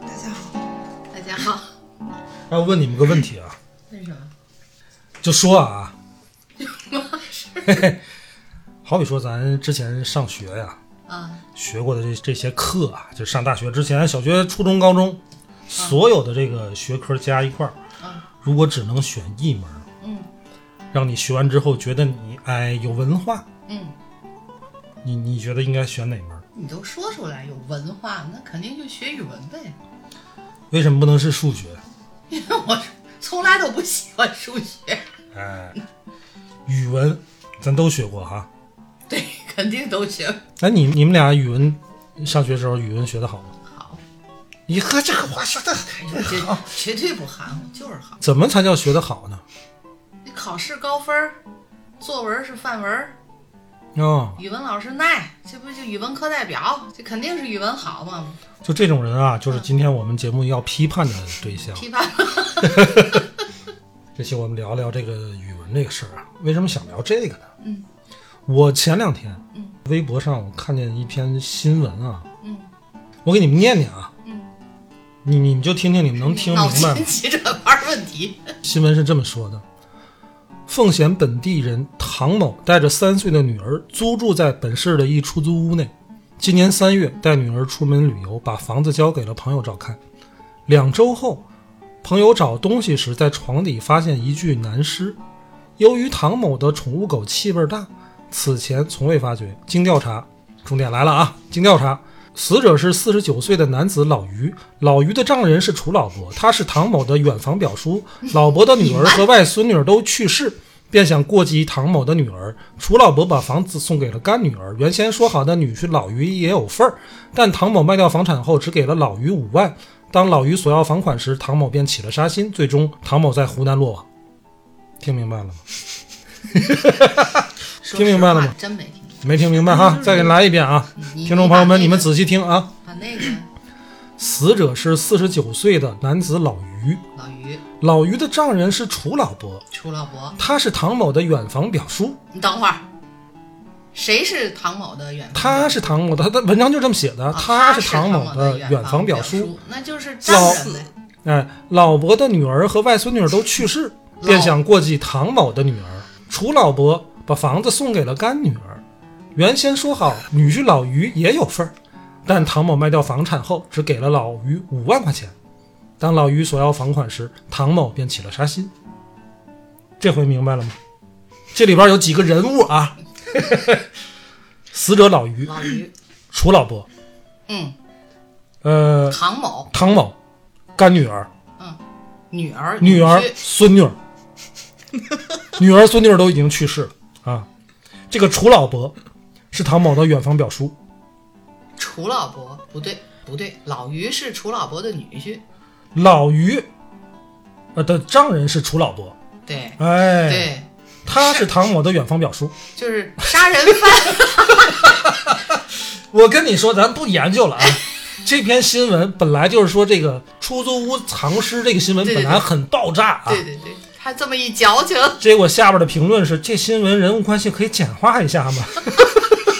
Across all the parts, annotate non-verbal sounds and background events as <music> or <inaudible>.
大家好，大家好，要问你们个问题啊，为什么？就说啊，嘿嘿， <laughs> 好比说咱之前上学呀、啊，学过的这这些课啊，就上大学之前，小学、初中、高中，所有的这个学科加一块儿，如果只能选一门，嗯，让你学完之后觉得你哎有文化，嗯，你你觉得应该选哪门？你都说出来有文化，那肯定就学语文呗。为什么不能是数学？因为我从来都不喜欢数学，哎，语文咱都学过哈。对，肯定都学哎，你你们俩语文上学时候语文学的好吗？不好，你和这个我说的绝绝对不含糊，就是好。怎么才叫学的好呢？你考试高分儿，作文是范文，哦，语文老师耐，这不就语文课代表，这肯定是语文好嘛？就这种人啊，就是今天我们节目要批判的对象。批判这期我们聊聊这个语文这个事儿啊，为什么想聊这个呢？嗯，我前两天，嗯，微博上我看见一篇新闻啊，嗯，我给你们念念啊，嗯，你你们就听听，你们能听脑明白筋吗？急转弯问题，新闻是这么说的：奉贤本地人唐某带着三岁的女儿租住在本市的一出租屋内。今年三月，带女儿出门旅游，把房子交给了朋友照看。两周后，朋友找东西时，在床底发现一具男尸。由于唐某的宠物狗气味大，此前从未发觉。经调查，重点来了啊！经调查，死者是四十九岁的男子老于，老于的丈人是楚老伯，他是唐某的远房表叔，老伯的女儿和外孙女儿都去世。便想过继唐某的女儿，楚老伯把房子送给了干女儿。原先说好的女婿老于也有份儿，但唐某卖掉房产后只给了老于五万。当老于索要房款时，唐某便起了杀心，最终唐某在湖南落网。听明白了吗？说听明白了吗实话真没听明白。没听明白哈，再给你来一遍啊！你听众朋友们，你们把那个仔细听啊！把那个死者是四十九岁的男子老于，老于老于的丈人是楚老伯，楚老伯，他是唐某的远房表叔，你等会儿，谁是唐某的远房？他是唐某的，他的文章就这么写的，啊哦他是是唐某的的远房表叔。，那就是老丈人呗。哎，老伯的女儿和外孙女儿都去世，老便想过继唐某的女儿。楚老伯把房子送给了干女儿，原先说好女婿老于也有份儿，但唐某卖掉房产后只给了老于五万块钱。当老于索要房款时，唐某便起了杀心。这回明白了吗？这里边有几个人物啊？ <laughs> 死者老于、老于，楚老伯，嗯，呃，唐某唐某，干女儿，女儿，女儿婿、孙女儿，女儿、孙女儿都已经去世了啊。这个楚老伯是唐某的远房表叔，楚老伯，不对不对，老于是楚老伯的女婿，老于呃的丈人是楚老伯，对哎，对，他是唐某的远房表叔。就是杀人犯，我跟你说，咱不研究 <laughs> 了啊。这篇新闻本来就是说这个出租屋藏尸这个新闻对本对来很爆炸啊，对对对，他这么一矫情，结果下边的评论是：这新闻人物关系可以简化一下吗？ <laughs>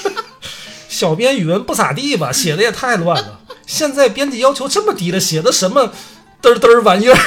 小编语文不咋地吧，写的也太乱了。现在编辑要求这么低了，写的什么嘚儿嘚儿玩意儿？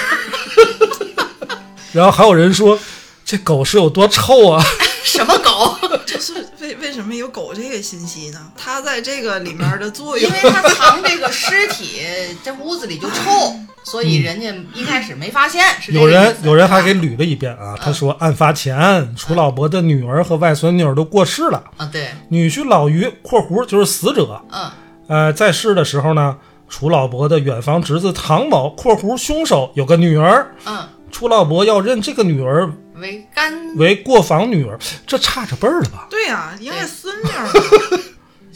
然后还有人说，这狗是有多臭啊？什么 <laughs> 狗？ <laughs> 就是为为什么有狗这个信息呢？它在这个里面的作因用为，他藏这个尸体，这屋子里就臭，所以人家一开始没发现，是这嗯有个人意思有人还给捋了一遍啊，他说案发前，楚老伯的女儿和外孙女儿都过世了，啊，对，女婿老于（括弧就是死者）嗯，呃，在世的时候呢，楚老伯的远房侄子唐某（括弧凶手）有个女儿，嗯，楚老伯要认这个女儿为干为过房女儿，这差着辈儿了啊吧？对呀、应该是对孙女儿嘛。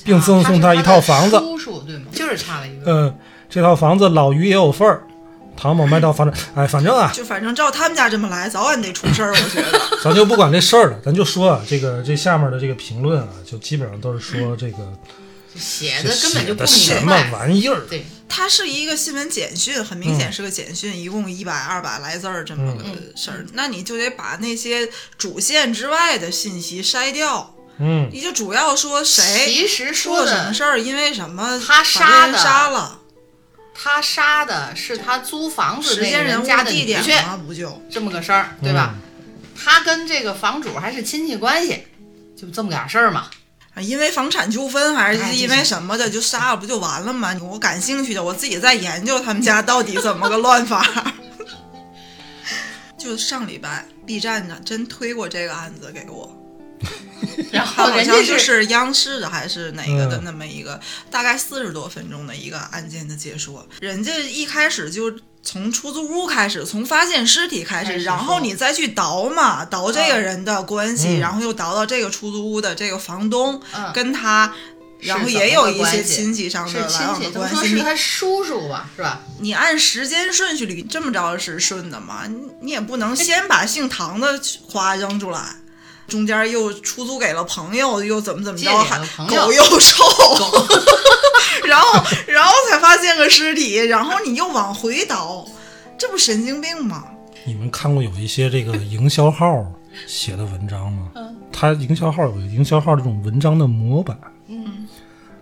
并赠送他一套房子。呃叔叔对吗？就是差了一个，嗯、这套房子老于也有份儿，唐某卖到房产，哎，反正啊，就反正照他们家这么来，早晚得出事儿。我觉 <laughs> 得咱就不管这事儿了，咱就说啊，这个这下面的这个评论啊，就基本上都是说这个写这的哎根本写就不的什明么白。玩意儿，对，它是一个新闻简讯，很明显是个简嗯讯，一共一百二百来字儿这么个事儿。那你就得把那些主线之外的信息筛掉，嗯，你就主要说谁其实说做什么的事儿，因为什么他把这杀人的杀了，他杀的是他租房子时那个间、人人家物、的地女点婿，嘛，不就？这么个事儿，对吧？嗯他跟这个房主还是亲戚关系，就这么点儿事儿 <laughs> 嘛。啊因为房产纠纷还哎是因为什么的就杀了不就完了吗？我感兴趣的，我自己在研究他们家到底怎么个乱法。 <laughs> 就上礼拜 B 站呢真推过这个案子给我，然它后好人像家就是央视的还是哪个的嗯那么一个，大概四十多分钟的一个案件的解说。人家一开始就从出租屋开始，从发现尸体开开始，始然后说你再去倒嘛，倒这个人的关系，嗯然后又倒到这个出租屋的这个房东，嗯跟他，然后也有一些亲戚上是的来亲往戚，的怎么关说系。是你他叔叔吧，是吧？你按时间顺序捋，这么着是顺的嘛？你你也不能先把姓唐的花扔出来，中间又出租给了朋友，又怎么怎么借着，给了还朋友狗又瘦， <laughs> 然后然后才发现个尸体，然后你又往回倒，这不神经病吗？你们看过有一些这个营销号写的文章吗？他营销号有营销号这种文章的模板。嗯，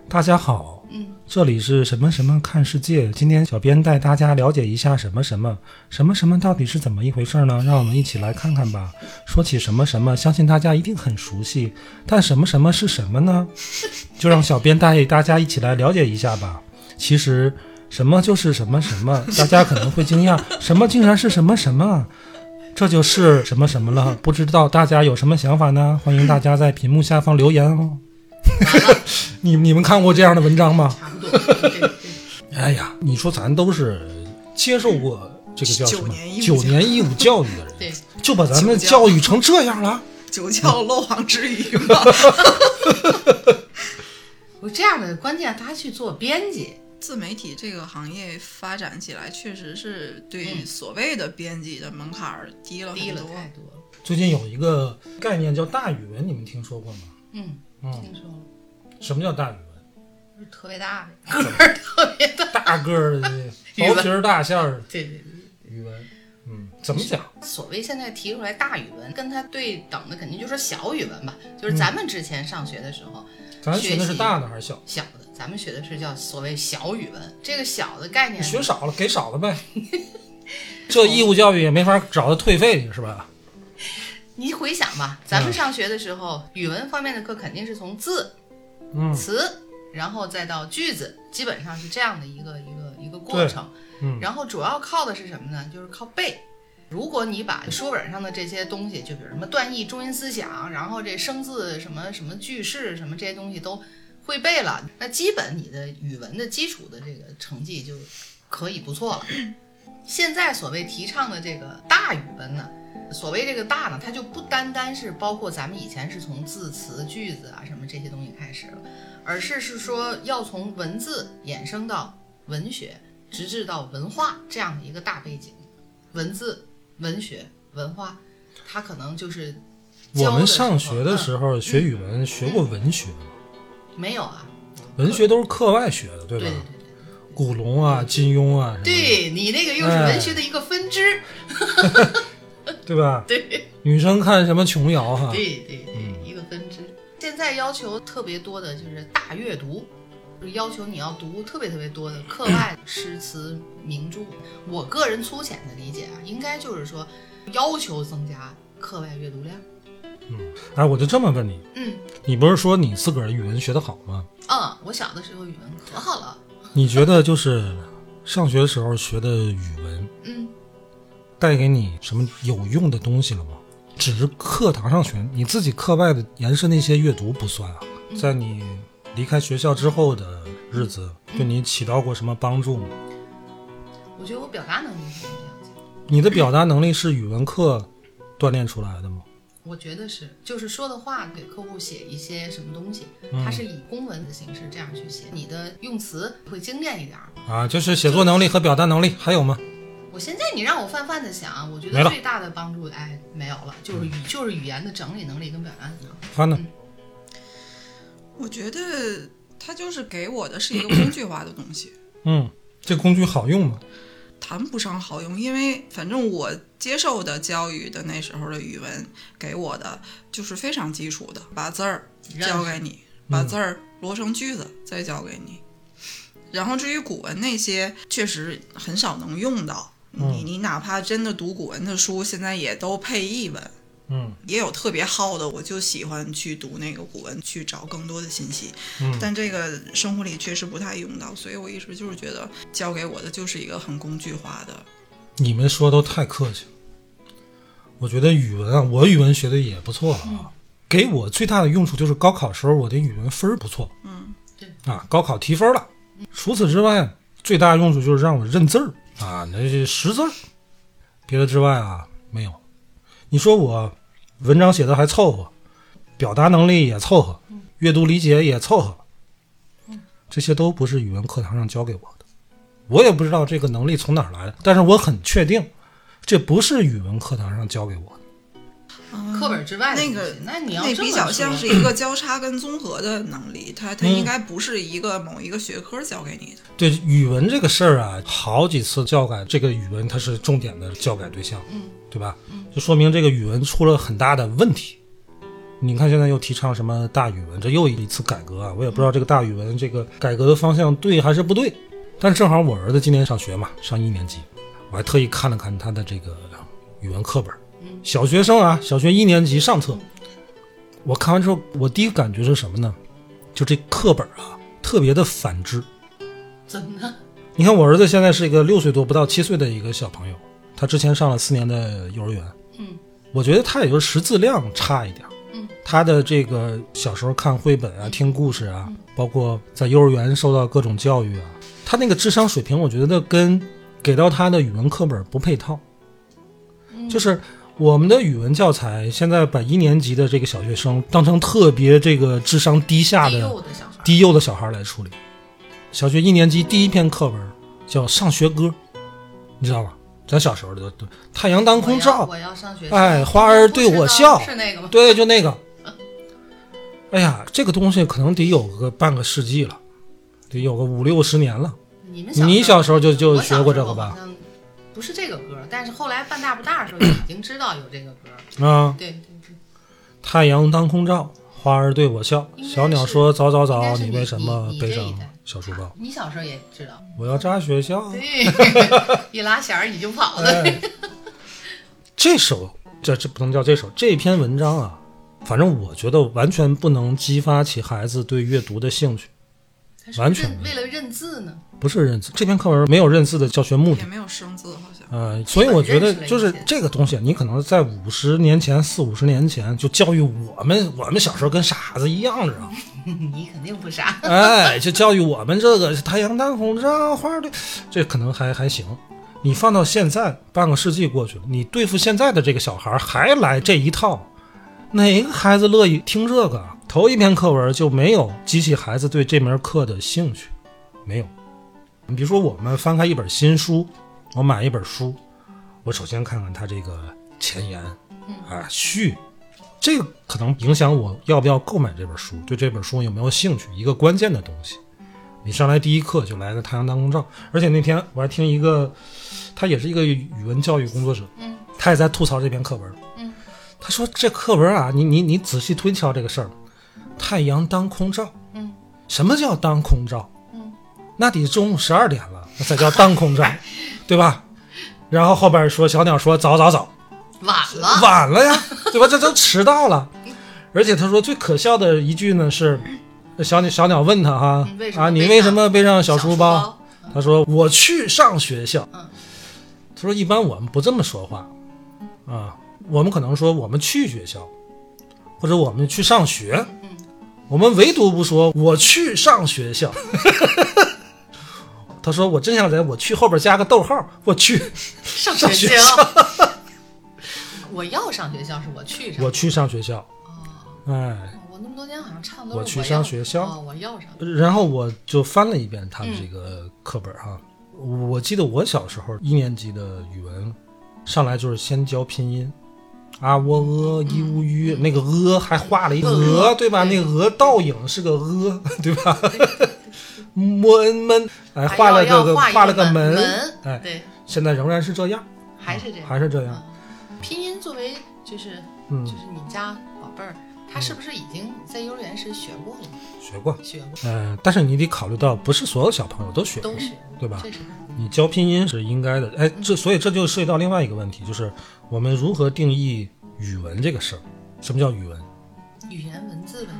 大家好，嗯，这里是什么什么看世界，今天小编带大家了解一下什么什么什么什么到底是怎么一回事呢？让我们一起来看看吧。说起什么什么，相信大家一定很熟悉，但什么什么是什么呢？ <laughs> 就让小编带大家一起来了解一下吧。其实什么就是什么什么，大家可能会惊讶， <laughs> 什么竟然是什么什么啊。这就是什么什么了，不知道大家有什么想法呢？欢迎大家在屏幕下方留言 <laughs> 哦。你你们看过这样的文章吗？差不多。对对对哎呀，你说咱都是接受过这个叫什么九年义务教育九年义务教育的人，对，就把咱们教育成这样了。酒窖漏网之鱼 <laughs> 嘛，我这样的关键他去做编辑，自媒体这个行业发展起来，确实是对嗯所谓的编辑的门槛儿低哦了很低了多。太多了。最近有一个概念叫大语文，你们听说过吗？嗯，嗯，听说了，什么叫大语 <laughs> 文？就是特别大的个儿，特别大。大个儿的语文薄皮儿大馅儿的对对对。语文，嗯，怎么讲？所谓现在提出来大语文，跟它对等的肯定就是小语文吧，就是嗯咱们之前上学的时候、咱学的是大的还是小？小的，咱们学的是叫所谓小语文。这个小的概念，学少了给少了 <laughs> 呗。这义务教育也没法找他退费去是吧？你回想吧，嗯咱们上学的时候，语文方面的课肯定是从字、嗯词，然后再到句子，基本上是这样的一个一个一个过对程。嗯，然后主要靠的是什么呢？就是靠背。如果你把书本上的这些东西，就比如什么断义、中心思想，然后这生字什么什么句式什么这些东西都会背了，那基本你的语文的基础的这个成绩就可以不错了。现在所谓提倡的这个大语文呢，所谓这个大呢，它就不单单是包括咱们以前是从字词、句子啊什么这些东西开始了，而是是说要从文字衍生到文学，直至到文化这样的一个大背景，文字、文学、文化，它可能就是我教们的上时候学的时候学语文学过文学吗，嗯没有啊，文学都是课外学的，对对吧？对古龙啊，金庸啊，什么的对对，对你那个又哎是文学的一个分支，对吧？对女生看什么琼瑶啊哈、对对对，一个分支。现在要求特别多的就是大阅读，就是要求你要读特别特别多的课外诗词名著。我个人粗浅的理解啊，应该就是说要求增加课外阅读量。哎，我就这么问你，嗯你不是说你自个儿语文学得好吗？嗯，我小的时候语文可好了。你觉得就是上学的时候学的语文嗯，带给你什么有用的东西了吗？只是课堂上学，你自己课外的延伸的一些阅读不算啊，在你离开学校之后的日子，对你起到过什么帮助吗？我觉得我表达能力是这样子。你的表达能力是语文课锻炼出来的吗？我觉得是，就是说的话给客户写一些什么东西，它是以公文的形式这样去写，你的用词会精炼一点儿。啊，就是写作能力和表达能力，还有吗？我现在你让我泛泛的想，我觉没得了嗯最大的帮助，哎，没有了，就是语就是语言的整理能力跟表达能力。翻呢？我觉得它就是给我的是一个工具化的东西，嗯，这工具好用吗？谈不上好用，因为反正我接受的教育的那时候的语文给我的就是非常基础的，把字儿认识嗯教给你，把字儿摞成句子再教给你。然后至于古文那些，确实很少能用到。嗯你你哪怕真的读古文的书，现在也都配译文，嗯也有特别好的，我就喜欢去读那个古文，去找更多的信息。嗯但这个生活里确实不太用到，所以我一直就是觉得教给我的就是一个很工具化的。你们说都太客气了。我觉得语文啊，我语文学的也不错啊。给我最大的用处就是高考时候我的语文分儿不错。嗯，对啊，高考提分了。除此之外，啊最大的用处就是让我认字儿啊，那是识字儿。别的之外啊，没有。你说我文章写的还凑合，表达能力也凑合，阅读理解也凑合，这些都不是语文课堂上教给我的。我也不知道这个能力从哪儿来的，但是我很确定，这不是语文课堂上教给我的。课本之外的那东西个哎那你要那这么比较说像是一个交叉跟综合的能力，它它嗯应该不是一个某一个学科教给你的。对语文这个事儿啊，好几次教改，这个语文它是重点的教改对象，嗯，对吧？就说明这个语文出了很大的问题。你看现在又提倡什么大语文，这又一次改革啊！我也不知道这个大语文这个改革的方向对还是不对。但正好我儿子今年上学嘛，上一年级，我还特意看了看他的这个语文课本，嗯小学生啊，小学一年级上册。我看完之后，我第一感觉是什么呢？就这课本啊，特别的反制。怎么呢？你看我儿子现在是一个六岁多不到七岁的一个小朋友，他之前上了四年的幼儿园，嗯，我觉得他也就是识字量差一点，嗯，他的这个小时候看绘本啊、听故事嗯啊，包括在幼儿园受到各种教育啊，他那个智商水平，我觉得跟给到他的语文课本不配套，嗯就是。我们的语文教材现在把一年级的这个小学生当成特别这个智商低下低的幼的小孩儿，低幼的小孩来处理。小学一年级第一篇课文叫《上学歌》，你知道吗？咱小时候的都太阳当空照我，要我要上学去。哎，花儿对我笑不，知道是那个吗？对，就那个。哎呀，这个东西可能得有个半个世纪了，得有个五六十年了。你们你小小时候就就我学小过时这候个好吧？像不是这个歌，但是后来半大不大的时候已经知道有这个歌。啊，对对对，太阳当空照，花儿对我笑，应该小鸟是说早早应早，该哦是你你为什你么你背这上一代小书包？你小时候也知 <laughs> 道。 <laughs> 我要扎学校。对，一拉弦儿已经跑了。哎，这首这这不能叫这首，这篇文章啊，反正我觉得完全不能激发起孩子对阅读的兴趣，他是完全认为了认字呢，不是认字。这篇课文没有认字的教学目的也，没有生字，好像呃，所以我觉得认识了一就是些这个东西，你可能在五十年前、四五十年前就教育我们，我们小时候跟傻子一样，知道吗？你肯定不傻。 <laughs> 哎，就教育我们这个太阳当空照，花儿对，这可能还还行。你放到现在，半个世纪过去了，你对付现在的这个小孩儿还来这一套，哪个孩子乐意听这个啊？头一篇课文就没有激起孩子对这门课的兴趣，没有。你比如说，我们翻开一本新书，我买一本书，我首先看看它这个前言，啊序，这个可能影响我要不要购买这本书，对这本书有没有兴趣，一个关键的东西。你上来第一课就来个太阳当空照，而且那天我还听一个，他也是一个语文教育工作者，嗯，他也在吐槽这篇课文，嗯，他说这课文啊，你你你仔细推敲这个事儿，太阳当空照，嗯，什么叫当空照？嗯，那得中午十二点了，那才叫当空 <laughs> 照，对吧？然后后边说小鸟说早早早，晚了，晚了呀，对吧？这都迟到了。而且他说最可笑的一句呢是，小鸟小鸟问他哈嗯为什么啊，你背为上什么背上小小书包？？他说我去上学校。嗯他说一般我们不这么说话啊，我们可能说我们去学校，或者我们去上学，嗯我们唯独不说我去上学 <laughs> 校。他说我真想在我去后边加个逗号，我去上上学学校。我要上学校是我去上。我去上学校，哦哎。我那么多年好像唱的都是我去要上学校哦我要上。然后我就翻了一遍他们这个课本哈、我记得我小时候一年级的语文，上来就是先教拼音，啊喔呃一乌吁，那个呃还画了一个鹅，对吧？那个鹅倒影是个呃， <laughs> 对吧？摸恩闷，哎，还画了要个要画画了一个个门，门，哎对，现在仍然是这样，还是这样。还是这样，拼音作为就是就嗯，是你家宝贝儿，他是不是已经在幼儿园是学过了？学过，学过，嗯，但是你得考虑到，不是所有小朋友都学过都学过，对吧？这是你教拼音是应该的，哎，这所以这就涉及到另外一个问题，就是我们如何定义语文这个事儿？什么叫语文？语言文字吧。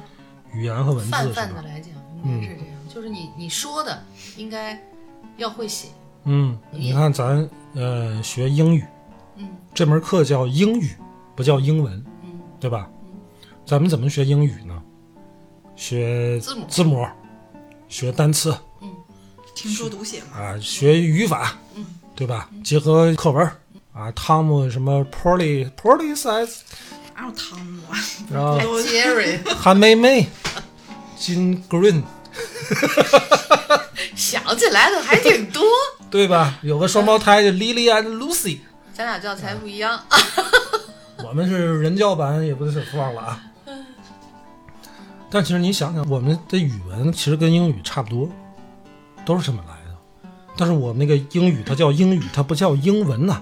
语言和文字泛是泛的吧？嗯来讲，应该是这样，就是你你说的应该要会写，嗯，你看咱呃学英语嗯这门课叫英语，不叫英文，嗯，对吧嗯？咱们怎么学英语呢？学字母字母，学单词听说读写嘛，啊，学语法，嗯对吧？结合课文啊，汤姆什么 Polly Polly says，嗯哪有汤姆啊？然哎后 Jerry 韩梅梅金 Green。想起来的还挺多，对吧？有个双胞胎叫 Lily and Lucy， <laughs> 咱俩教材不一样，啊我们是人教版，也不是忘了啊。但其实你想想，我们的语文其实跟英语差不多，都是这么来的。但是我们那个英语它叫英语，它不叫英文呐、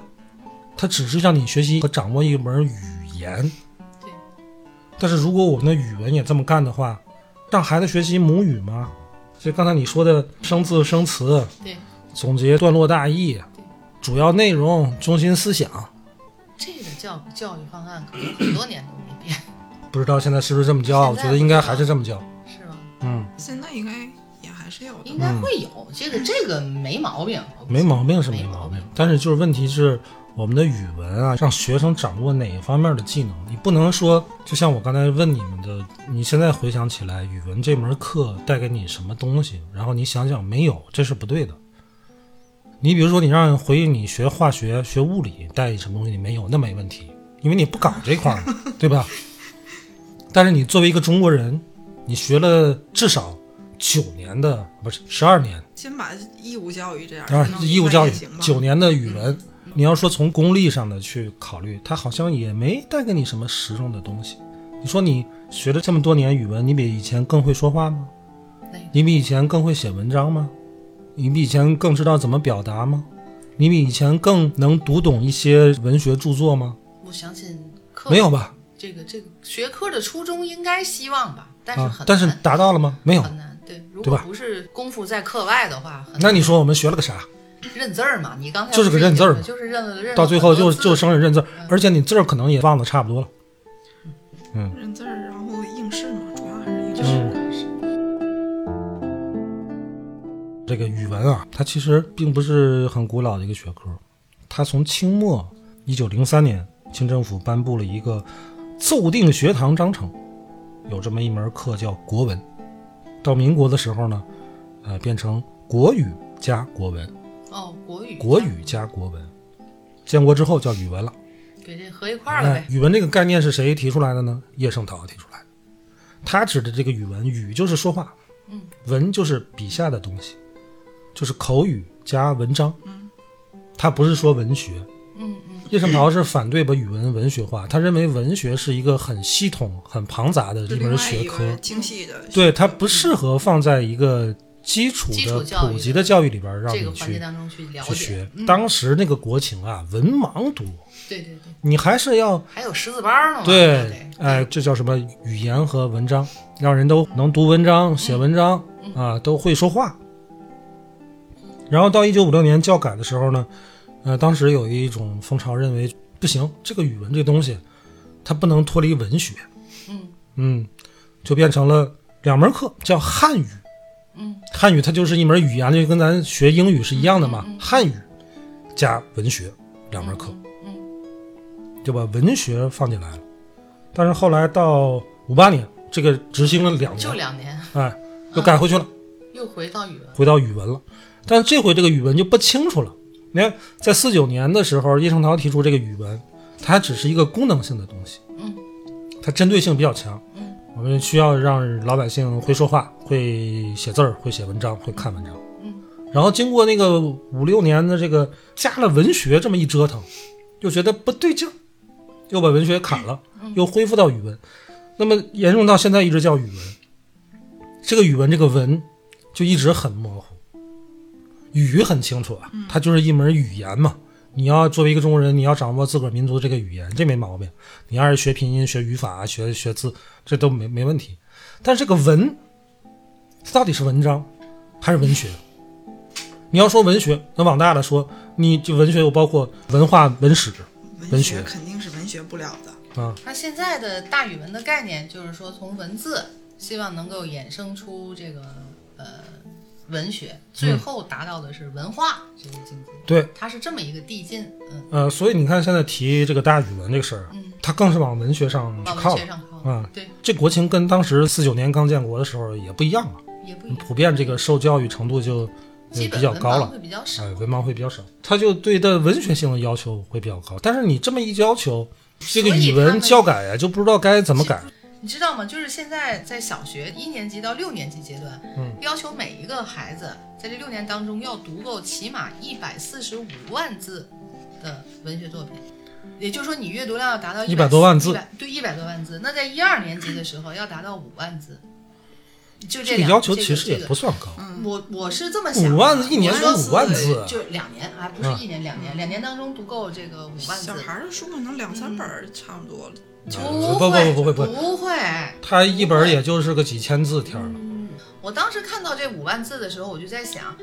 它只是让你学习和掌握一门语言。对。但是如果我们的语文也这么干的话，让孩子学习母语吗？就刚才你说的生字生词，对，总结段落大意啊对，主要内容、中心思想，这个教教育方案可能很多年都没 <laughs> 变，不知道现在是不是这么教？我现在觉得应该还是这么教。是吧？嗯，现在应该也还是有的应。该会有这个，这个没毛病，没毛病是没毛毛病，但是就是问题是我们的语文啊，让学生掌握哪一方面的技能？你不能说，就像我刚才问你们的，你现在回想起来，语文这门课带给你什么东西？然后你想想，没有，这是不对的。你比如说，你让回你学化学、学物理带什么东西，你没有，那没问题，因为你不搞这块儿嘛，对吧？但是你作为一个中国人，你学了至少九年的，不是十二年。先把义务教育这样啊，弄义务教育明白也行吧九年的嗯语文，你要说从功利上的去考虑，它好像也没带给你什么实用的东西。你说你学了这么多年语文，你比以前更会说话吗那个？你比以前更会写文章吗？你比以前更知道怎么表达吗？你比以前更能读懂一些文学著作吗？我相信课没有吧？这个这个学科的初衷应该希望吧，但是啊很，但是难达到了吗？没有。很难，对，如对果吧不是功夫在课外的话，很那难你说我们学了个啥？认字儿嘛，你刚才就是不个认字儿也嘛就是认了认了到最后就很多字嗯就剩下认字儿，而且你字儿可能也忘得差不多了。认字儿，然后应试嘛，主要还是应试。嗯这个语文啊，它其实并不是很古老的一个学科，它从清末一九零三年，清政府颁布了一个奏定学堂章程，有这么一门课叫国文。到民国的时候呢，呃，变成国语加国文，哦，国语国语加国文。建国之后叫语文了。给这合一块儿了哎呗，语文这个概念是谁提出来的呢？叶圣陶提出来的。他指的这个语文，语就是说话，嗯，文就是笔下的东西，就是口语加文章。嗯，他不是说文学。嗯嗯，叶圣陶是反对把语文文学化，他认为文学是一个很系统、很庞杂的是一另门外学一科个，精细的，对它不适合放在一个基础嗯基的础教育普及的教育里边儿让这你个环节去当中去了去解嗯学，。当时那个国情啊，文盲多，对对对，你还是要还有识字班儿呢嘛，还对得，哎，这叫什么？语言和文章，让人都能读文章、写文章啊，都会说话。然后到一九五六年教改的时候呢，呃，当时有一种风潮认为不行，这个语文这东西，它不能脱离文学。嗯嗯，就变成了两门课，叫汉语。嗯，汉语它就是一门语言，就跟咱学英语是一样的嘛。汉语加文学两门课，嗯就把文学放进来了。但是后来到五八年，这个执行了两就年，两年哎，又改回去了，又回到语文，回到语文了。但是这回这个语文就不清楚了。你看，在四九年的时候，叶圣陶提出这个语文，它只是一个功能性的东西，嗯，它针对性比较强，嗯，我们需要让老百姓会说话、会写字儿、会写文章、会看文章，嗯，然后经过那个五六年的这个加了文学这么一折腾，就觉得不对劲儿，又把文学砍了，嗯又恢复到语文。那么沿用到现在一直叫语文，这个语文这个文就一直很模糊，语很清楚嗯啊，它就是一门语言嘛。你要作为一个中国人，你要掌握自个儿民族这个语言，这没毛病。你要是学拼音、学语法、学学字，这都没没问题。但是这个文，它到底是文章还是文学？你要说文学，那往大了说，你就文学又包括文化、文史文文学肯定是文学不了的。啊，它现在的大语文的概念就是说，从文字希望能够衍生出这个呃文学，最后达到的是文化嗯这个境界。对，它是这么一个递进，嗯，呃，所以你看现在提这个大语文这个事儿啊嗯，它更是往文学上去往靠文了学上靠。啊。对，这国情跟当时四九年刚建国的时候也不一样了，也不一样，普遍这个受教育程度就呃基本比较文高盲了。会比较少哎，。文盲会比较少，他就对的文学性的要求会比较高。但是你这么一要求，这个所以语他文们教改啊呀、就不知道该怎么改。你知道吗？就是现在在小学一年级到六年级阶段，嗯要求每一个孩子在这六年当中要读够起码一百四十五万字的文学作品，也就是说你阅读量要达到100多万字， 100对，一百多万字。那在一二年级的时候要达到五万字，就这两个要求这个其实也这不个嗯算高，我我是这么想的，五万字一年我读说五万四字嗯就是两年，还不是一年，两年，两年当中读够这个五万字嗯小。孩儿的书可能两三本儿差不多了，不不会不不不不会，他一本儿也就是个几千字条嗯儿。我当时看到这五万字的时候，我就在想，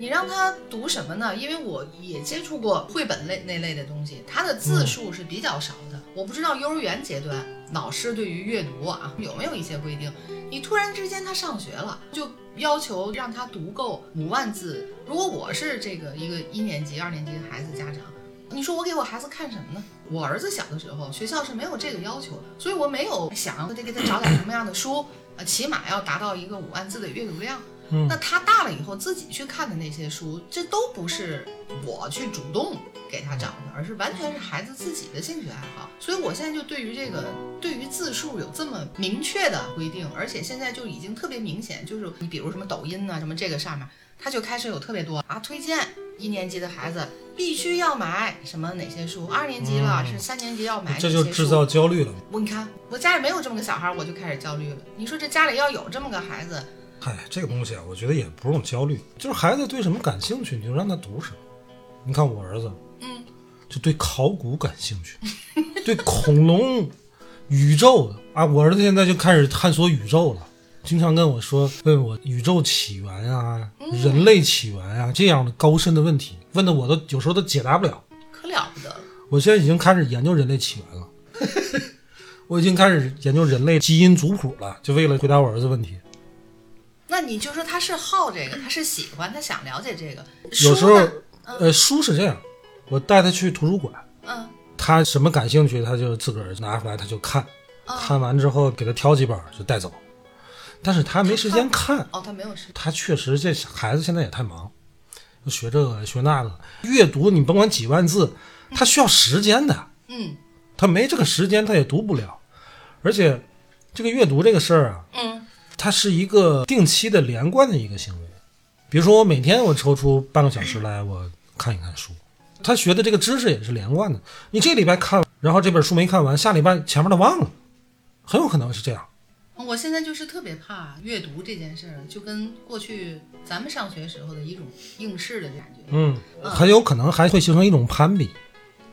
你让他读什么呢？因为我也接触过绘本类那类的东西，它的字数是比较少的。我不知道幼儿园阶段老师对于阅读啊有没有一些规定。你突然之间他上学了，就要求让他读够五万字。如果我是这个一个一年级、二年级的孩子家长，你说我给我孩子看什么呢？我儿子小的时候，学校是没有这个要求的，所以我没有想得给他找点什么样的书，呃，起码要达到一个五万字的阅读量。嗯那他大了以后自己去看的那些书，这都不是我去主动给他找的，而是完全是孩子自己的兴趣爱好。所以我现在就对于这个对于字数有这么明确的规定，而且现在就已经特别明显，就是你比如什么抖音呐、什么这个上面，他就开始有特别多啊推荐一年级的孩子必须要买什么哪些书，二年级了、嗯是三年级要买哪些这书，就制造焦虑了。我你看，我家里没有这么个小孩儿，我就开始焦虑了。你说这家里要有这么个孩子，嗨，这个东西啊，我觉得也不用焦虑，就是孩子对什么感兴趣，你就让他读什么。你看我儿子，嗯，就对考古感兴趣，对恐龙、宇宙的啊，我儿子现在就开始探索宇宙了。经常跟我说，问我宇宙起源啊、人类起源啊这样的高深的问题，问的我都有时候都解答不了。可了不得了。我现在已经开始研究人类起源了， <laughs> 我已经开始研究人类基因族谱了，就为了回答我儿子问题。那你就说他是好这个，他是喜欢，他想了解这个。有时候书呢，呃，书是这样，我带他去图书馆，嗯，他什么感兴趣，他就自个儿拿出来，他就看，啊看完之后给他挑几本儿就带走，但是他没时间看，哦，他没有吃，他确实这孩子现在也太忙，学这个学那个，阅读你甭管几万字，他需要时间的，嗯他没这个时间他也读不了，而且这个阅读这个事儿啊，嗯，它是一个定期的连贯的一个行为。比如说，我每天我抽出半个小时来，我看一看书，他学的这个知识也是连贯的。你这礼拜看，然后这本书没看完，下礼拜前面的忘了，很有可能是这样。我现在就是特别怕阅读这件事儿，就跟过去咱们上学时候的一种应试的感觉。嗯，很有可能还会形成一种攀比。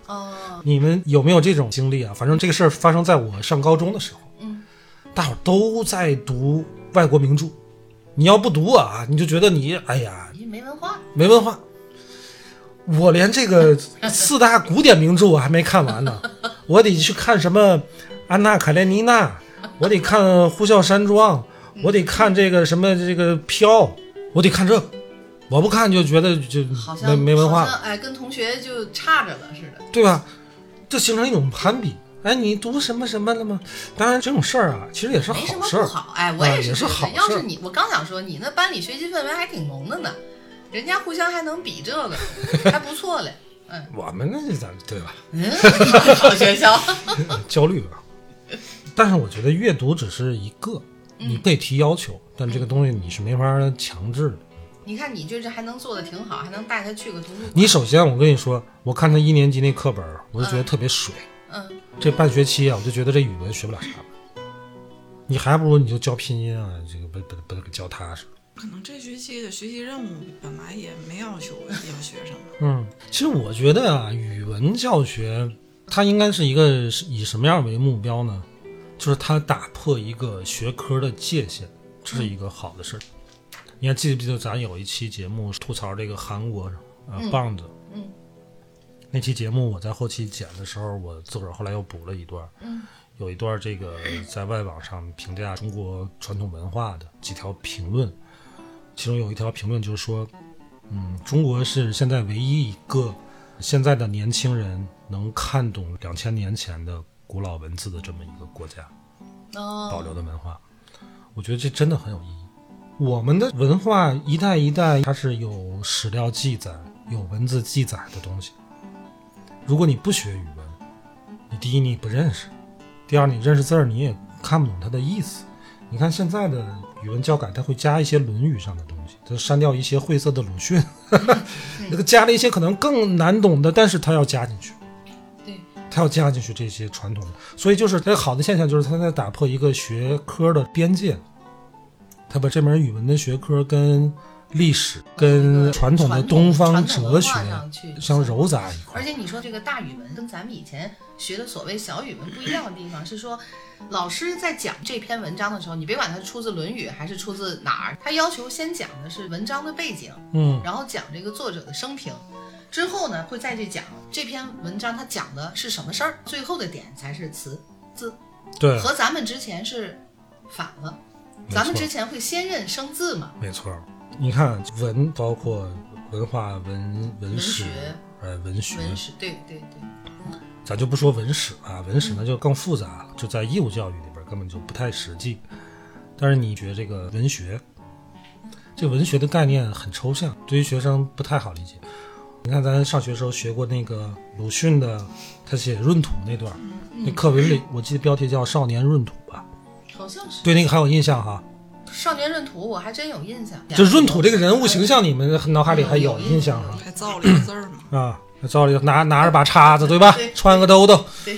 哦，你们有没有这种经历啊？反正这个事儿发生在我上高中的时候，嗯，大伙儿都在读外国名著，你要不读啊，你就觉得你哎呀你没文化，没文化。我连这个四大古典名著我还没看完呢，我得去看什么《安娜·卡列尼娜》，我得看《呼啸山庄》，我得看这个什么这个《飘》，我得看这个，我不看就觉得就好像没没文化好了，像哎，跟同学就差着了似的。对吧？这形成一种攀比。哎，你读什么什么了吗？当然，这种事儿啊，其实也是没什好么事不儿。好，哎，我啊也也是是觉得好事要儿是你，我刚想说，你那班里学习氛围还挺浓的呢，人家互相还能比这个，还不错嘞。 <laughs> 嗯我们那咱对吧？嗯，好学校。 <laughs> 焦虑吧。但是我觉得阅读只是一个，你可以提要求，但这个东西你是没法强制的。你看你就是还能做的挺好，还能带他去个图书馆。你首先，我跟你说，我看他一年级那课本儿，我就觉得特别水。嗯，这半学期啊，我就觉得这语文学不了啥玩意儿你还不如你就教拼音啊，这个不不不给教踏实。可能这学期的学习任务本来也没要求我要学什么。嗯，其实我觉得啊，语文教学它应该是一个是以什么样为目标呢？就是它打破一个学科的界限，这是一个好的事儿。你还记不记得咱有一期节目吐槽这个韩国啊、呃、棒子？嗯那期节目我在后期剪的时候，我自个儿后来又补了一段。嗯，有一段这个在外网上评价中国传统文化的几条评论，其中有一条评论就是说，嗯，中国是现在唯一一个现在的年轻人能看懂两千年前的古老文字的这么一个国家保哦，留的文化，我觉得这真的很有意义。我们的文化一代一代，它是有史料记载、有文字记载的东西。如果你不学语文，你第一你不认识，第二你认识字儿你也看不懂它的意思。你看现在的语文教改，它会加一些《论语》上的东西，它删掉一些晦涩的鲁 <laughs> 迅，那个加了一些可能更难懂的，但是它要加进去。对，它要加进去这些传统的，所以就是它好的现象就是它在打破一个学科的边界，它把这门语文的学科跟历史、跟传统的东方哲学传统文化上去相揉杂一块而儿。且你说这个大语文跟咱们以前学的所谓小语文不一样的地方是说，老师在讲这篇文章的时候，你别管它是出自《论语》还是出自哪儿，他要求先讲的是文章的背景，嗯，然后讲这个作者的生平，之后呢会再去讲这篇文章它讲的是什么事儿，最后的点才是词字，对，和咱们之前是反了。嗯没咱们错之前会先认生字嘛，没错儿，你看文包括文化、文文文史学、呃文学，文史，对对对，咱就不说文史啊，文史那就更复杂了，就在义务教育里边根本就不太实际。但是你学这个文学，这文学的概念很抽象，对于学生不太好理解。你看咱上学时候学过那个鲁迅的，他写闰土那段儿，那课文里我记得标题叫《少年闰土》吧？好像是对那个还有印象哈？少年闰土，我还真有印象。就闰土这个人物形象，你们脑海里还有印象哈？还造了一个字儿嘛，啊，照例拿拿着把叉子，对吧？对穿个兜兜。对。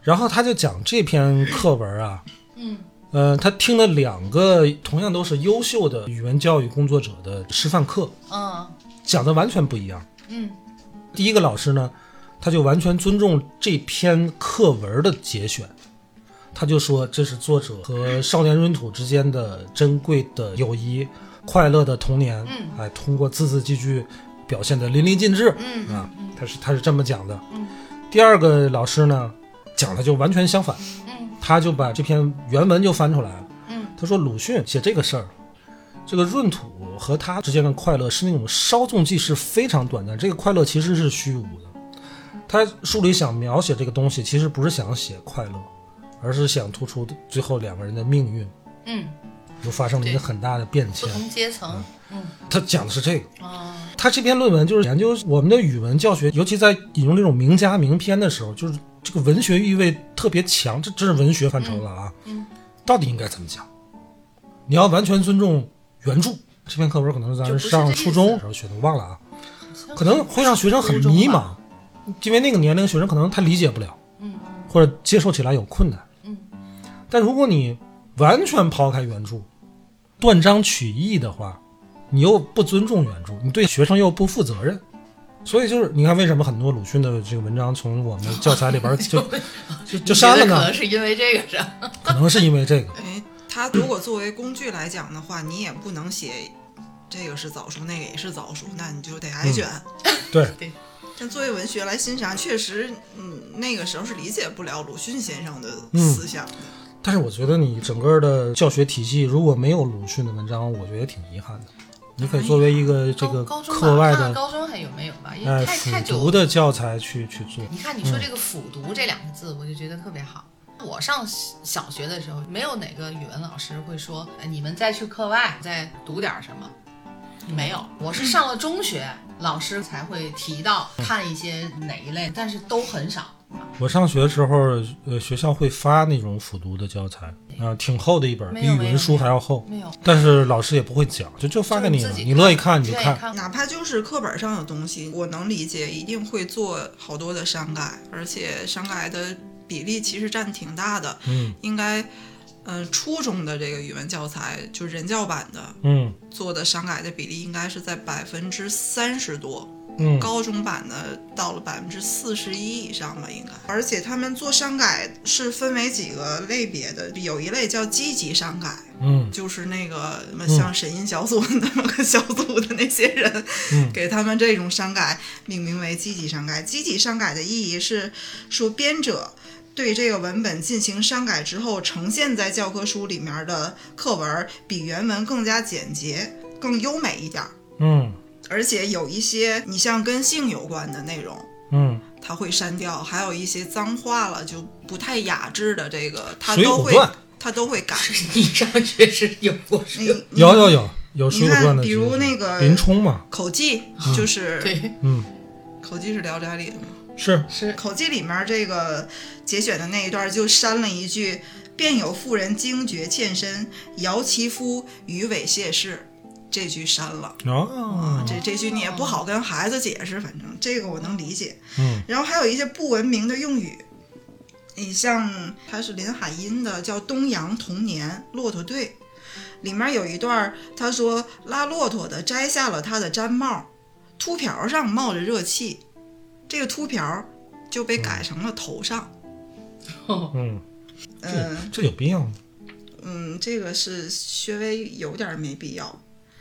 然后他就讲这篇课文啊，嗯，呃，他听了两个同样都是优秀的语文教育工作者的示范课，嗯讲的完全不一样。嗯第一个老师呢，他就完全尊重这篇课文的节选，他就说这是作者和少年闰土之间的珍贵的友谊、快乐的童年，嗯哎，通过字字句句表现的淋漓尽致，嗯啊，他是他是这么讲的。嗯第二个老师呢，讲的就完全相反，嗯他就把这篇原文就翻出来了。嗯，他说鲁迅写这个事儿，这个闰土和他之间的快乐是那种稍纵即逝，非常短暂。这个快乐其实是虚无的。他书里想描写这个东西，其实不是想写快乐，而是想突出最后两个人的命运嗯，又发生了一个对很大的变不迁。同阶层，嗯他讲的是这个。啊，他这篇论文就是研究我们的语文教学，尤其在引用这种名家名篇的时候，就是这个文学意味特别强，这真是文学范畴了啊。嗯嗯到底应该怎么讲？你要完全尊重原著，这篇课文可能是就咱不是上这意初中思时候学的，忘了啊，可能能会让学生很初迷中茫吧，因为那个年龄学生可能他理解不了，嗯或者接受起来有困难。嗯，但如果你完全抛开原著，断章取义的话，你又不尊重原著，你对学生又不负责任。所以就是，你看为什么很多鲁迅的这个文章从我们的教材里边儿 <laughs> 就就就删了可呢能？是因为这个事儿， <laughs> 可能是因为这个。因为它哎如果作为工具来讲的话，你也不能写这个是枣树，那个也是枣树，那你就得嗯挨卷。对，但作为文学来欣赏，确实，嗯，那个时候是理解不了鲁迅先生的嗯思想的。但是我觉得你整个的教学体系如果没有鲁迅的文章，我觉得也挺遗憾的。你可以作为一个这个高高中吧课外看看的高中还有没有吧？因呃为太太辅久读的嗯教材去去做，你看，你说这个“辅读”这两个字，我就觉得特别好。我上小学的时候，没有哪个语文老师会说哎你们再去课外再读点什么，没有。我是上了中学，老师才会提到看一些哪一类，但是都很少。我上学的时候，呃，学校会发那种辅读的教材，啊、挺厚的一本，没比有语没有文书还要厚。没有，但是老师也不会讲，就就发给你就了，是自己你乐意看你就愿意看。 <laughs> 哪怕就是课本上有东西，我能理解，一定会做好多的删改，而且删改的比例其实占挺大的。嗯应该，嗯、初中的这个语文教材就人教版的嗯做的删改的比例应该是在百分之三十多，嗯，高中版的到了百分之四十一以上吧，应该。而且他们做删改是分为几个类别的，有一类叫积极删改，嗯就是那个什么像沈音小组那么个小组的那些人，嗯 <laughs> 给他们这种删改命名为积极删改。积极删改的意义是说编者。对这个文本进行删改之后，呈现在教科书里面的课文比原文更加简洁、更优美一点儿，嗯而且有一些你像跟性有关的内容，嗯，它会删掉，还有一些脏话了就不太雅致的这个，它水都浒会传它都会改。你上学时有过你是？你有有有有《水浒传》的比集数，如那个林冲嘛，口技就是、对，嗯，口技是《聊斋》里的嘛，是是 <laughs> 口技里面这个节选的那一段就删了一句“便有妇人惊觉欠身，摇其夫与猥亵事”，这句删了。哦，这这句你也不好跟孩子解释，反正这个我能理解。嗯，然后还有一些不文明的用语，你像它是林海音的叫《东阳童年骆驼队》，里面有一段儿他说拉骆驼的摘下了他的毡帽，秃瓢上冒着热气，这个秃瓢就被改成了头上。嗯，嗯这这有必要吗？嗯，这个是稍微有点儿没必要。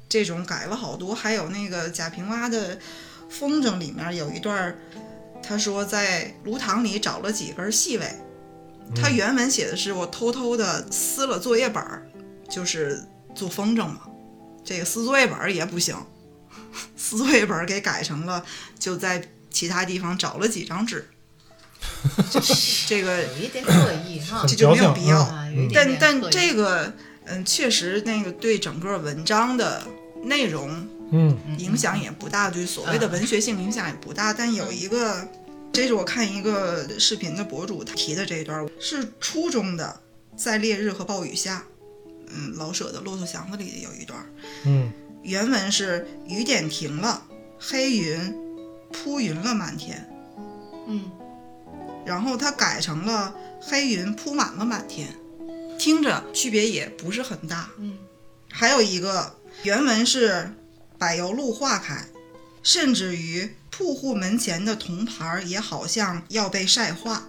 这种改了好多，还有那个贾平凹的《风筝》里面有一段儿，他说在炉膛里找了几根细尾，他原文写的是我偷偷的撕了作业本儿，就是做风筝嘛。这个撕作业本儿也不行， <laughs> 撕作业本儿给改成了就在其他地方找了几张纸，这个有一点刻意哈很，这就没矫有情必要。啊有一点但点刻但意这个，嗯，确实那个对整个文章的内容嗯影响也不大，对所谓的文学性影响也不大。但有一个，这是我看一个视频的博主他提的这一段，是初中的，在烈日和暴雨下，嗯，老舍的《骆驼祥子》里有一段，嗯原文是雨点停了，黑云铺云了满天，嗯，然后它改成了黑云铺满了满天，听着区别也不是很大。嗯，还有一个原文是“柏油路化开”，甚至于铺户门前的铜牌儿也好像要被晒化，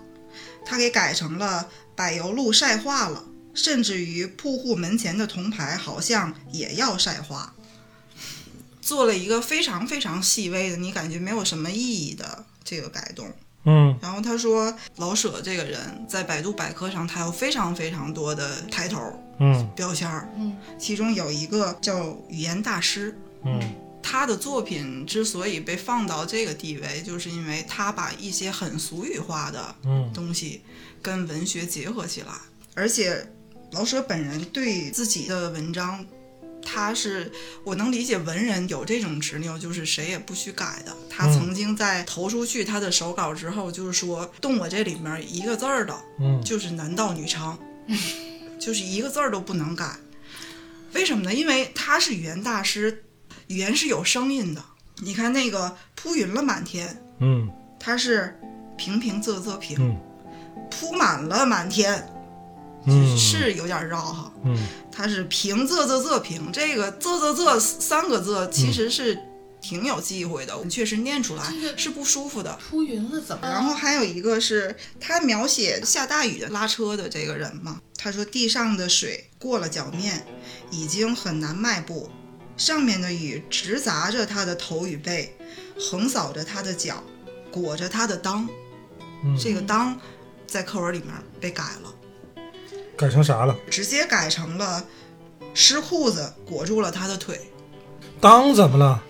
它给改成了“柏油路晒化了”，甚至于铺户门前的铜牌好像也要晒化。做了一个非常非常细微的，你感觉没有什么意义的这个改动。嗯然后他说，老舍这个人在百度百科上，他有非常非常多的抬头嗯标签儿，嗯，其中有一个叫语言大师。嗯他的作品之所以被放到这个地位，就是因为他把一些很俗语化的嗯东西跟文学结合起来，而且老舍本人对自己的文章，他是我能理解文人有这种执拗，就是谁也不许改的。他嗯曾经在投出去他的手稿之后，就是说动我这里面一个字儿的，嗯，就是男盗女娼， <laughs> 就是一个字儿都不能改。为什么呢？因为他是语言大师，语言是有声音的。你看那个铺云了满天，嗯它是平平仄仄平，嗯铺满了满天，嗯是有点绕哈。嗯它是平仄仄仄平，这个仄仄仄三个仄嗯其实是挺有忌讳的，我们确实念出来这个是不舒服的。出云了怎么？然后还有一个是他描写下大雨的拉车的这个人嘛，他说地上的水过了脚面，已经很难迈步，上面的雨直砸着他的头与背，横扫着他的脚，裹着他的裆。嗯，这个裆在课文里面被改了，改成啥了？直接改成了湿裤子裹住了他的腿。当怎么了？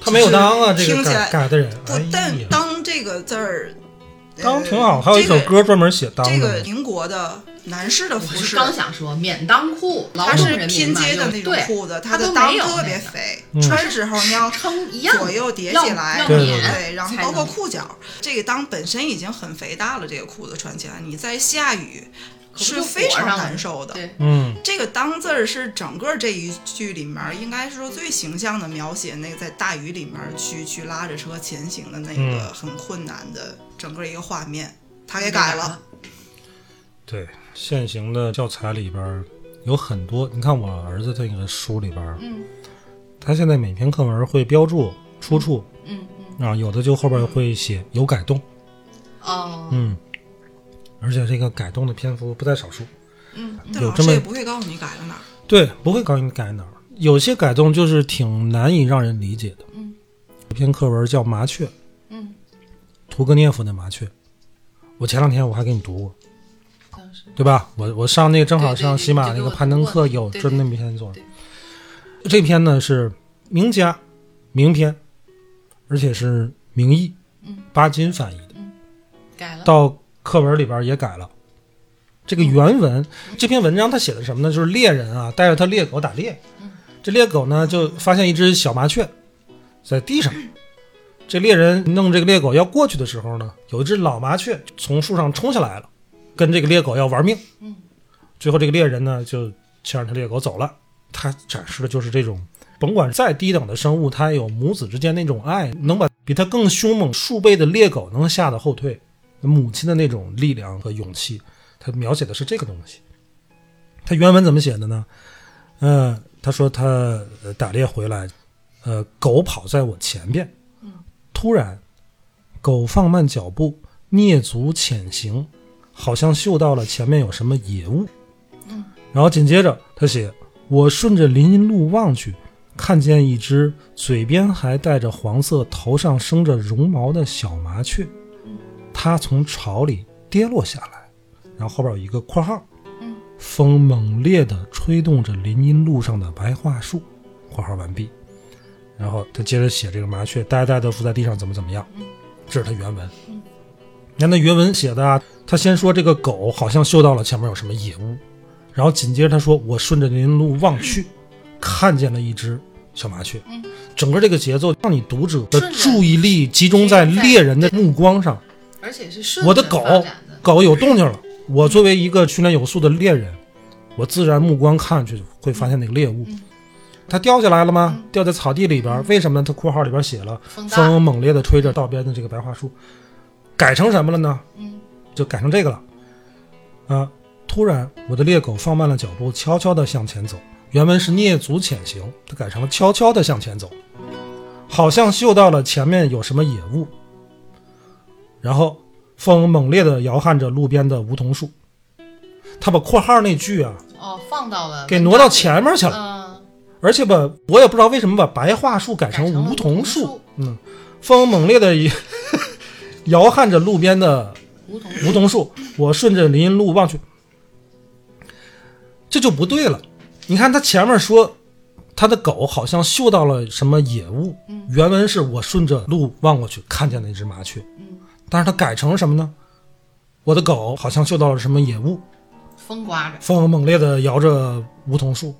他没有当啊，就这是个听起改来改的人，不哎呀，但“当”这个字儿，当挺好。还有一首这个歌专门写当的这呢，个民国的男士的我服是饰，刚想说免当裤，劳它动是人民拼嘛接的用那种对裤子，它它的都裆没有特那别个肥，嗯穿时候你要撑一样左右叠要起来，要对免对对，然后才包括能裤脚，这个裆本身已经很肥大了，这个裤子穿起来，你在下雨可不是就非裹常上了难受的。对，嗯，这个“裆”字儿是整个这一句里面，应该是说最形象的描写那个在大雨里面去去拉着车前行的那个嗯很困难的整个一个画面，他给改了。，对，现行的教材里边儿有很多，你看我儿子这个书里边儿，嗯他现在每篇课文会标注出处嗯嗯，啊，有的就后边会写有改动，哦，嗯，而且这个改动的篇幅不在少数，嗯，对，有老这师么也不会告诉你改了哪儿。对，不会告诉你改哪儿，有些改动就是挺难以让人理解的，嗯，有篇课文叫《麻雀》，嗯，屠格涅夫的《麻雀》，我前两天我还给你读过，当时对吧？我我上那个正好上对对喜马对那这个个攀登课我有对专门那对篇做对，这篇呢是名家名篇，而且是名译嗯，巴金翻译的，改了，到课文里边也改了。这个原文，嗯这篇文章他写的什么呢？就是猎人啊，带着他猎狗打猎，嗯这猎狗呢就发现一只小麻雀在地上。这猎人弄这个猎狗要过去的时候呢，有一只老麻雀从树上冲下来了，跟这个猎狗要玩命。嗯，最后这个猎人呢就牵着他猎狗走了。他展示的就是这种，甭管再低等的生物，它有母子之间那种爱，能把比它更凶猛数倍的猎狗能吓得后退，母亲的那种力量和勇气。他描写的是这个东西。他原文怎么写的呢？呃，他说他呃打猎回来，呃，狗跑在我前边，突然，狗放慢脚步，蹑足潜行，好像嗅到了前面有什么野物。然后紧接着他写：“我顺着林荫路望去，看见一只嘴边还带着黄色、头上生着绒毛的小麻雀，它从巢里跌落下来。”然后后边有一个括号，风猛烈地吹动着林荫路上的白桦树。括号完毕。然后他接着写这个麻雀呆呆地伏在地上怎么怎么样，这是他原文。你看那原文写的啊，他先说这个狗好像嗅到了前面有什么野物，然后紧接着他说我顺着林路望去，看见了一只小麻雀。整个这个节奏让你读者的顺着注意力集中在猎人的目光上，而且是顺我的着狗发展的，狗有动静了。我作为一个训练有素的猎人，我自然目光看去会发现那个猎物，它掉下来了吗？掉在草地里边儿，为什么呢？它括号里边写了风大风猛烈地吹着道边的这个白桦树，改成什么了呢？嗯，就改成这个了。啊！突然，我的猎狗放慢了脚步，悄悄地向前走。原文是蹑足潜行，它改成了悄悄地向前走，好像嗅到了前面有什么野物。然后风猛烈地摇撼着路边的梧桐树。他把括号那句啊哦，放到了给挪到前面去了，嗯，而且把我也不知道为什么把白桦树改成改成了梧梧桐树树。嗯，风猛烈地 <laughs> 摇撼着路边的梧桐梧桐树，我顺着林荫路望去，这就不对了。你看他前面说他的狗好像嗅到了什么野物，原文是我顺着路望过去看见了一只麻雀，但是他改成什么呢？我的狗好像嗅到了什么野物，风刮哎着，风猛烈地摇着梧桐树，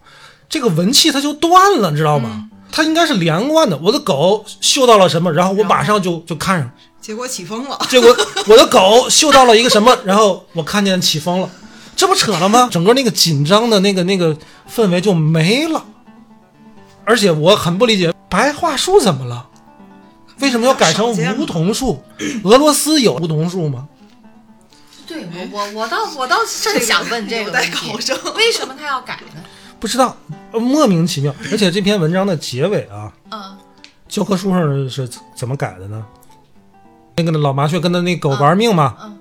这个文气它就断了，知道吗？它应该是连贯的。我的狗嗅到了什么，然后我马上就就看上，结果起风了， <laughs> 结果我的狗嗅到了一个什么，然后我看见起风了，这不扯了吗？整个那个紧张的那个那个氛围就没了。而且我很不理解白桦树怎么了，为什么要改成梧桐树？俄罗斯有梧桐树吗？对我我我倒我倒正想问这个有待问题考证。为什么他要改呢？不知道，呃莫名其 <laughs> 妙。而且这篇文章的结尾啊，嗯，教科书上是怎么改的呢？那个老麻雀跟他那狗玩命嘛，嗯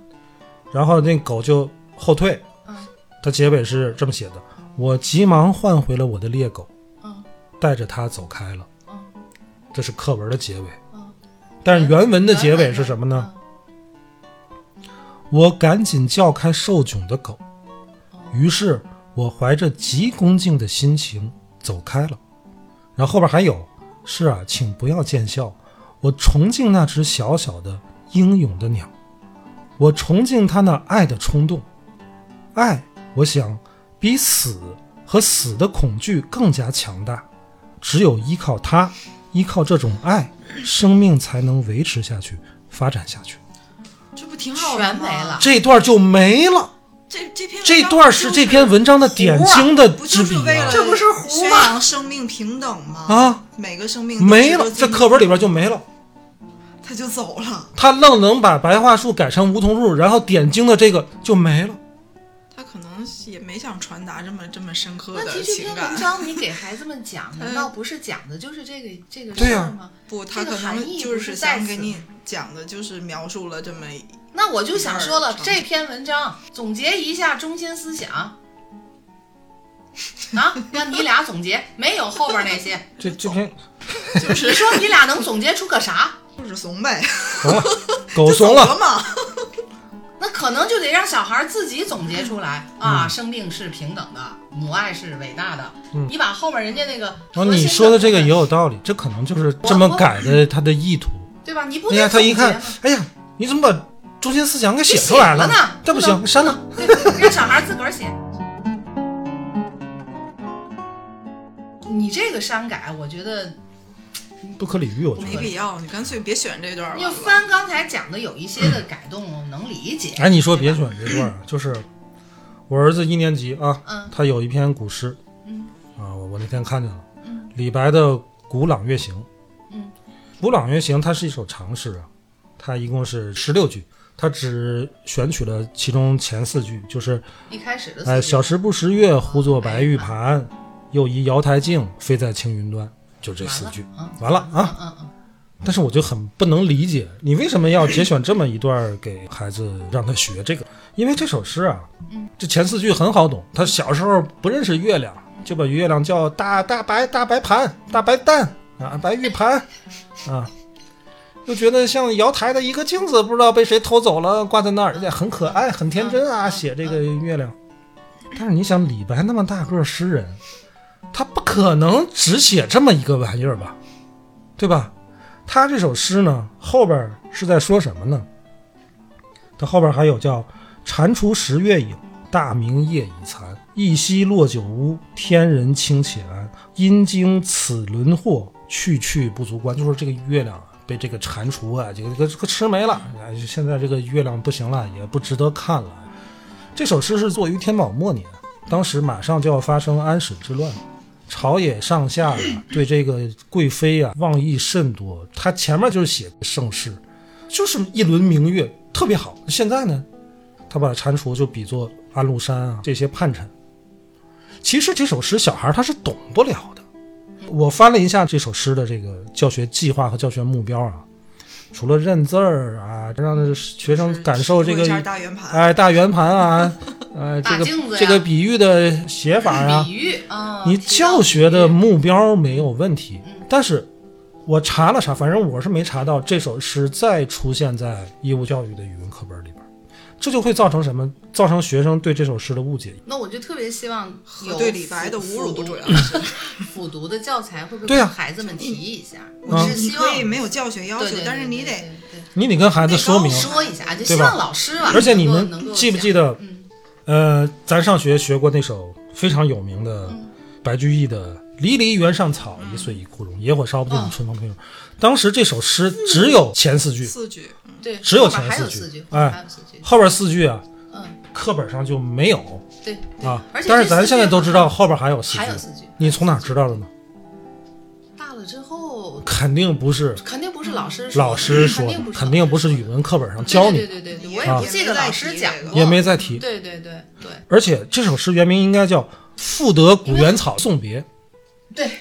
然后那狗就后退，嗯它结尾是这么写的：我急忙换回了我的猎狗，嗯带着它走开了。嗯这是课文的结尾，嗯，但是原文的结尾是什么呢？嗯我赶紧叫开受窘的狗，于是我怀着极恭敬的心情走开了。然后后边还有，是啊，请不要见笑，我崇敬那只小小的英勇的鸟，我崇敬他那爱的冲动，爱，我想比死和死的恐惧更加强大。只有依靠它，依靠这种爱，生命才能维持下去，发展下去。这不挺好的吗？全没了这段就没了，这这篇文章这段是这篇文章的典型的不就之是笔为了啊！这不是胡宣吗扬生命平等吗？啊，每个生命都没值得了，尊这重课本里边就没了。他就走了，他愣能把白桦树改成梧桐树，然后点睛的这个就没了。他可能也没想传达这么这么深刻问题的这情篇文感。章你给孩子们讲， <laughs> 难道不是讲的就是这个这个对事呀儿吗？不，他这可个含能义就不是在想此给你讲的，就是描述了这么一那我就想说了，嗯这篇文章总结一下中心思想啊，让你俩总结，没有后边 <laughs> 那些。这这篇就你是说你俩能总结出个啥？就是怂呗，怂了，狗 <laughs> <laughs> 走怂了。嘛。那可能就得让小孩儿自己总结出来啊，生命是平等的，母爱是伟大的。嗯你把后面人家那个然后核心你说的这个也部分有道理，这可能就是这么改的他的意图。对吧？你不哎得呀，他总一结看吗？，哎呀，你怎么把中心思想给写出来这写了呢这不行，删了。对 <laughs> 让小孩儿自个儿写。你这个删改，我觉得不可理喻，我觉没得。必要，你干脆别选这段儿要完了。翻刚才讲的有一些的改动，我能理解。哎，你说别选这段儿，就是我儿子一年级啊，嗯他有一篇古诗，嗯啊，我我那天看见了，嗯李白的《古朗月行》，嗯， 《古朗月行》它是一首长诗啊，它一共是十六句，它只选取了其中前四句，就是一开始的哎，四句小时不识月，呼作白玉盘，又疑瑶台镜，飞在青云端，就这四句，完了完了啊。嗯嗯嗯，但是我就很不能理解，你为什么要节选这么一段儿给孩子让他学这个？因为这首诗啊，这前四句很好懂。他小时候不认识月亮，就把月亮叫大大白大白盘大白蛋啊白玉盘啊，又觉得像瑶台的一个镜子，不知道被谁偷走了，挂在那儿，而且很可爱很天真啊，写这个月亮。但是你想，李白那么大个儿诗人，他不可能只写这么一个玩意儿吧，对吧？他这首诗呢，后边儿是在说什么呢？他后边儿还有叫“蟾蜍十月影，大明夜已残。一夕落九屋，天人清且安。因经此轮祸，去去不足观。”就是这个月亮啊被这个蟾蜍啊，这个这个这个吃没了。哎现在这个月亮不行了，也不值得看了。这首诗是作于天宝末年，当时马上就要发生安史之乱了。朝野上下呀，对这个贵妃啊妄议甚多。他前面就是写盛世，就是一轮明月，特别好。现在呢，他把蟾蜍就比作安禄山啊这些叛臣。其实这首诗小孩他是懂不了的。我翻了一下这首诗的这个教学计划和教学目标啊，除了认字儿啊，让学生感受这就是个一下大圆盘，哎，大圆盘 <laughs> 啊，呃，这大个镜子呀这个比喻的写法啊， <laughs> 比喻啊，你提到教学的比喻目标没有问题嗯，但是我查了查，反正我是没查到这首诗再出现在义务教育的语文课本里边，这就会造成什么？造成学生对这首诗的误解。那我就特别希望有对李白的侮辱辅主要 <laughs> 是辅读的教材会不会对啊跟孩子们提一下？我是我是嗯你希可望以没有教学要对求对，但是你对得对你得跟孩子说明，啊说一下，就对吧希望老师吧。而且你能够们记不记？能够得讲？嗯，呃，咱上学学过那首非常有名的嗯白居易的“离离原上草，一岁一枯荣。野火烧不尽，嗯春风吹拂”。当时这首诗只有前四句，四句，嗯对，只有后边前还四有句四句，哎还有四句，后边四句啊，嗯，课本上就没有对对啊。而且但是这咱四现在句都知道后边还有四还有句，四句，你从哪儿知道的呢？大了之后肯定不是肯定不是老师说的老师说肯定不的，是肯定不老是师语文课本上教对你，啊对对对对，也我也不也记没得再老提师这讲个过，也没再提。对对对对而且这首诗原名应该叫《赋得古原草送别》，对，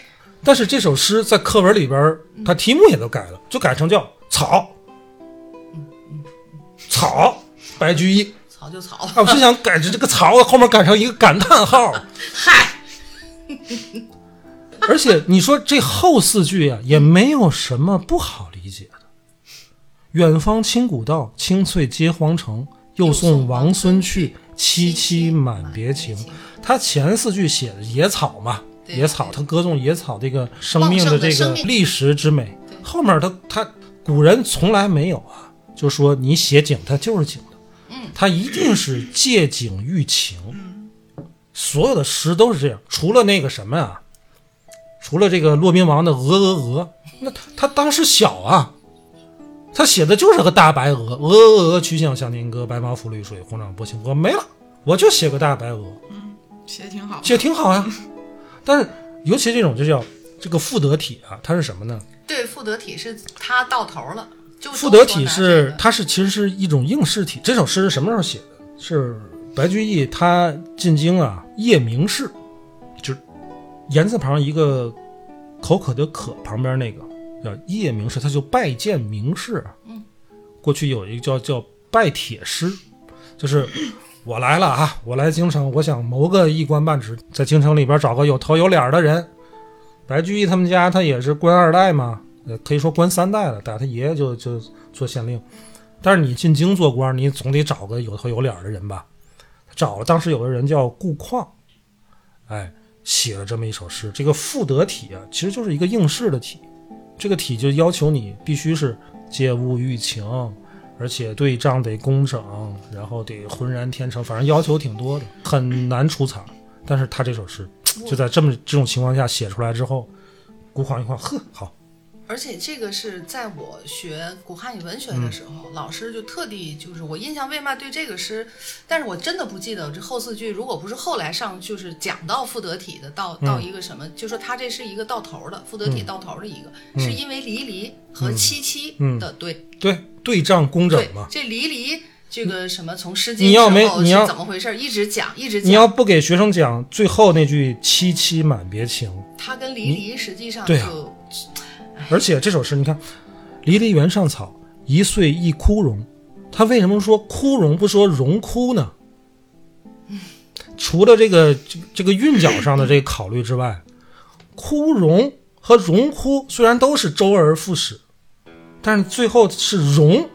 但是这首诗在课文里边儿，嗯它题目也都改了，就改成叫《草》。嗯草，白居易。草就草，啊，我是想改成这个“草”后面改成一个感叹号。 <laughs> 嗨，而且你说这后四句啊，也没有什么不好理解的。远方清古道，青翠接荒城。又送王孙去，萋萋满别情。他前四句写的野草嘛，对野草，他歌颂野草这个生命的这旺盛的个生命历史之美对。后面他他古人从来没有啊，就说你写景它就是景的，嗯，它一定是借景喻情。嗯所有的诗都是这样，除了那个什么啊，除了这个骆宾王的《鹅鹅鹅》，那他他当时小啊，他写的就是个大白鹅，鹅鹅鹅，曲项向天歌，白毛浮绿水，红掌拨清波，没了，我就写个大白鹅，写的挺好。写挺好呀、啊但是尤其这种就叫这个赋得体啊，它是什么呢？ <laughs> 对，赋得体是他到头了，就赋都得说体拿这是个它是其实是一种应试体。这首诗是什么时候写的？是白居易他进京啊，夜明市，就是言字旁一个口渴的渴旁边那个叫夜明市，他就拜见名士。嗯，过去有一个叫叫拜帖诗，就是。我来了啊！我来京城，我想谋个一官半职，在京城里边找个有头有脸的人。白居易他们家他也是官二代嘛，呃，可以说官三代了，打他爷爷就就做县令。但是你进京做官，你总得找个有头有脸的人吧？找了，当时有个人叫顾况，哎，写了这么一首诗。这个赋得体啊，其实就是一个应试的体，这个体就要求你必须是借物喻情，而且对仗得工整，然后得浑然天成，反正要求挺多的，很难出彩儿。但是他这首诗就在这么这种情况下写出来之后，顾况一看，呵，好，而且这个是在我学古汉语文学嗯的时候，老师就特地就是我印象为嘛对这个诗，但是我真的不记得这后四句，如果不是后来上就是讲到赋得体的到嗯到一个什么，就说它这是一个到头的赋得体到头的一个，嗯是因为离离和七七的对对，对仗工嗯整对嘛，。这离离这个什么从诗经你之要没后你是要怎么回事，一直讲一直你要讲，不给学生讲最后那句“七七满别情它跟离离实际上对啊就”，哎而且这首诗你看，“离离原上草，一岁一枯荣”，他为什么说枯荣不说荣枯呢？除了这个这这个韵脚上的这个考虑之外，枯荣和荣枯虽然都是周而复始，但是最后是荣，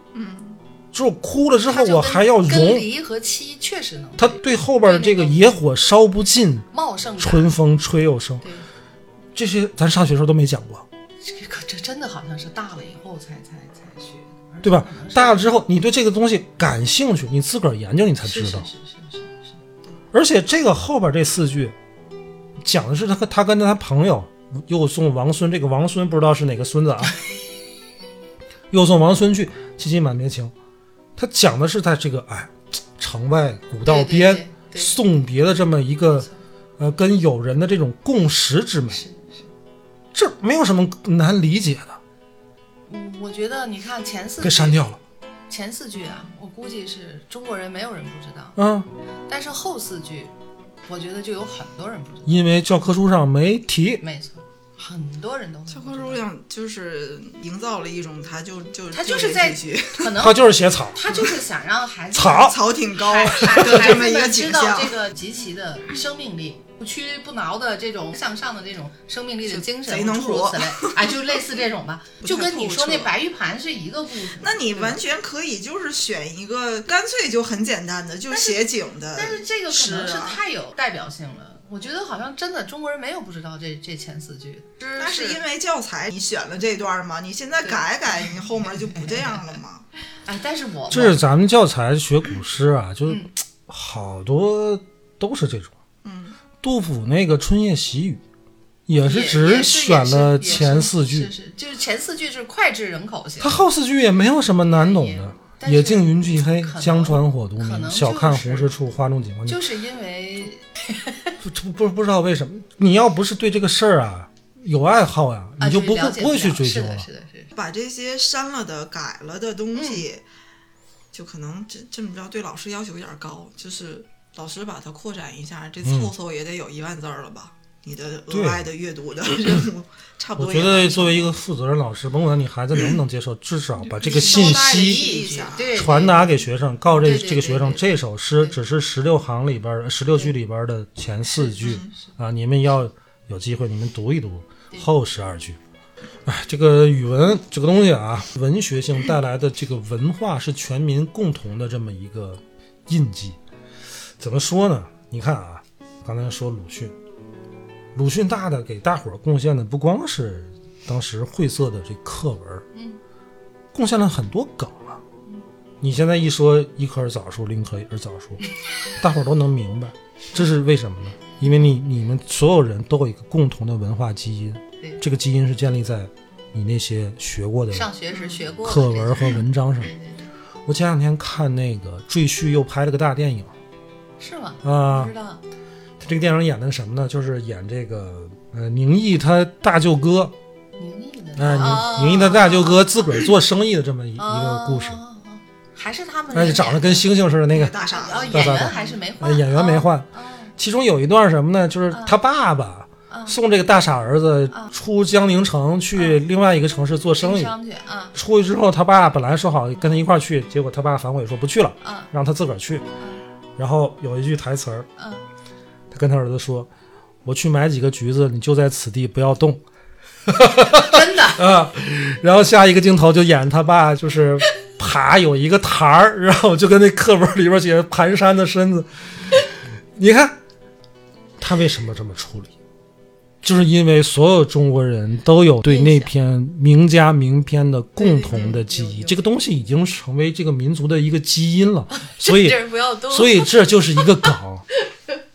就是枯了之嗯它后就我跟还要跟荣，离和七确实能它对后边这个野火烧不尽，茂盛感春风吹又生。对。这些咱上学时候都没讲过，这个可这真的好像是大了以后才才才学的，对吧而且可能？是大了之后，你对这个东西感兴趣，你自个儿研究，你才知是是道。是是是是，而且这个后边这四句，讲的是他他跟他朋友又送王孙，这个王孙不知道是哪个孙子 <laughs> 啊，又送王孙去，七七满别情。他讲的是在这个哎，城外古道对对边对对送别的这么一个呃跟友人的这种共识之美，是是。这没有什么难理解的，嗯，我觉得你看前四给删句掉了。前四句啊，我估计是中国人没有人不知道，嗯，但是后四句，我觉得就有很多人不知道。因为教科书上没提，没错，很多人都会教不科知道书上就是营造了一种，他就就他就就是这在几句可能他就是写草，他就是想让孩子草草挺高孩孩的孩这子么一个们知景道象这。个极其的生命力。不屈不挠的这种向上的这种生命力的精神，贼能诸如活此类，哎，就类似这种吧， <laughs> 不太就跟你说透那彻白玉盘是一个故事。那你对吧完全可以就是选一个干脆就很简单的，就是但是写景的。但是这个可能是是啊太有代表性了。我觉得好像真的中国人没有不知道这这前四句，那是因为教材你选了这段吗？你现在对改改，你后面就不这样了吗？哎，但是我这是咱们教材学古诗嗯啊，就是好多都是这种。嗯，杜甫那个《春夜喜雨》也也是也只是选了也是前四句是，是就是前四句是脍炙人口型他，后四句也没有什么难懂也的。但是野径云际黑可，能江船火独可明。能晓看就是红湿处，花中锦官女。就是因为不不不知道为什么，你要不是对这个事儿啊有爱好呀，啊你就对不会了解不会了去追是究的了。是的，是的。把这些删了的、改了的东西，就可能这这么着对老师要求有点高，就是老师把它扩展一下，这嗯凑凑也得有一万字儿了吧？你的额对外的阅读的 <laughs> 任务，差不我多觉也完成了。得作为一个负责任老师，甭管你孩子能不能接受，至少把这个信捎带着息意义一一下对传达给学生，告这对对这个学生对对这首诗对只是十六行里边十六句里边的前四句啊，你们要有机会你们读一读后十二句。哎，这个语文这个东西啊，文学性带来的这个文化是全民共同的这么一个印记。怎么说呢？你看啊，刚才说鲁迅，鲁迅大大给大伙儿贡献的不光是当时晦涩的这课文，嗯，贡献了很多梗啊。你现在一说一棵儿枣树，另一棵儿枣树，大伙儿都能明白，这是为什么呢？因为你你们所有人都有一个共同的文化基因对，这个基因是建立在你那些学过的上学时学过的课这文些和文章上对。对对，我前两天看那个赘婿又拍了个大电影是吗？啊不知，道，他这个电影演的是什么呢？就是演这个呃宁毅他大舅哥，宁毅的啊，宁宁毅他大舅哥自个儿做生意的这么一一一个故事，哦还是他们而且长得跟猩猩似的那个，大傻啊子，演大员大还是没呃换，演员没换。哦。其中有一段什么呢？就是他爸爸嗯送这个大傻儿子出江宁城去另外一个城市做生意，商去啊出去之后他爸本来说好跟他一块儿去，结果他爸反悔说不去了，啊让他自个儿去。嗯然后有一句台词儿，啊！他跟他儿子说：“我去买几个橘子，你就在此地不要动。”真的，啊，然后下一个镜头就演他爸就是爬有一个台儿，然后就跟那课文里边写着蹒跚的身子。你看他为什么这么处理，就是因为所有中国人都有对那篇名家名篇的共同的记对对对忆，有有这个东西已经成为这个民族的一个基因了，所 <laughs> 以这儿不要动，所以以这就是一个梗，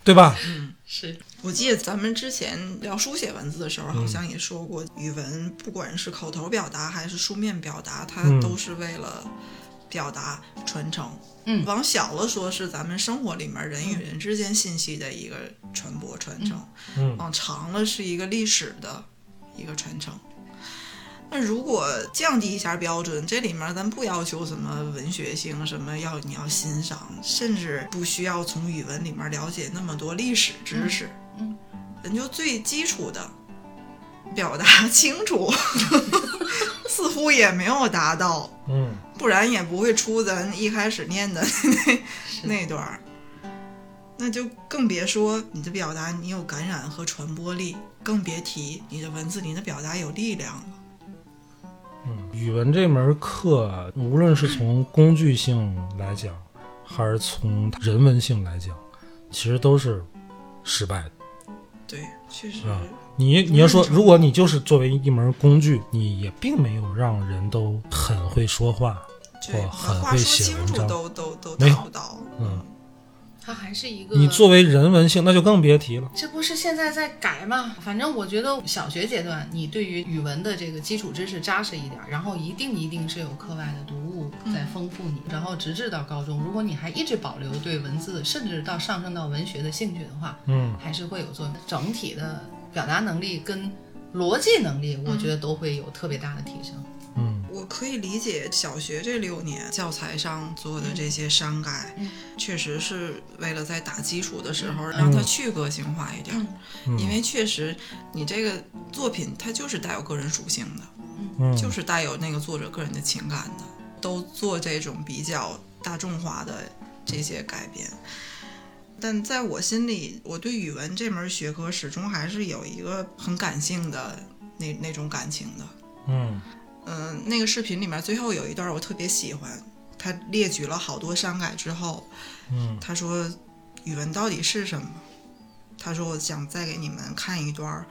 对吧？是我记得咱们之前聊书写文字的时候，嗯好像也说过，语文不管是口头表达还是书面表达，它嗯都是为了表达传承。嗯往小了说是咱们生活里面人与人之间信息的一个传播传承，嗯往长了是一个历史的一个传承。那如果降低一下标准，这里面咱不要求什么文学性，什么要你要欣赏，甚至不需要从语文里面了解那么多历史知识，嗯咱就最基础的表达清楚， <laughs> 似乎也没有达到，嗯，不然也不会出咱一开始念的 <laughs> 那那段儿。那就更别说你的表达你有感染和传播力，更别提你的文字你的表达有力量了。语文这门课啊，无论是从工具性来讲，还是从人文性来讲，其实都是失败的。对，确实，啊你你要说，嗯如果你就是作为一门工具，你也并没有让人都很会说话，对，哇把很话会说写清文楚章都都都没有达不到。嗯，它还是一嗯个你作为人文性，那就更别提了。这不是现在在改吗？反正我觉得小学阶段，你对于语文的这个基础知识扎实一点，然后一定一定是有课外的读物在丰富你，然后直至到高中，如果你还一直保留对文字，甚至到上升到文学的兴趣的话，嗯，还是会有作用。整体的表达能力跟逻辑能力，我觉得都会有特别大的提升。嗯我可以理解小学这六年教材上做的这些删改，嗯确实是为了在打基础的时候让它去个性化一点儿，嗯因为确实你这个作品它就是带有个人属性的。嗯，就是带有那个作者个人的情感的，都做这种比较大众化的这些改编。但在我心里，我对语文这门学科始终还是有一个很感性的那那种感情的。嗯嗯、那个视频里面最后有一段我特别喜欢，他列举了好多删改之后，嗯他说：“语文到底是什么？”他说：“我想再给你们看一段儿，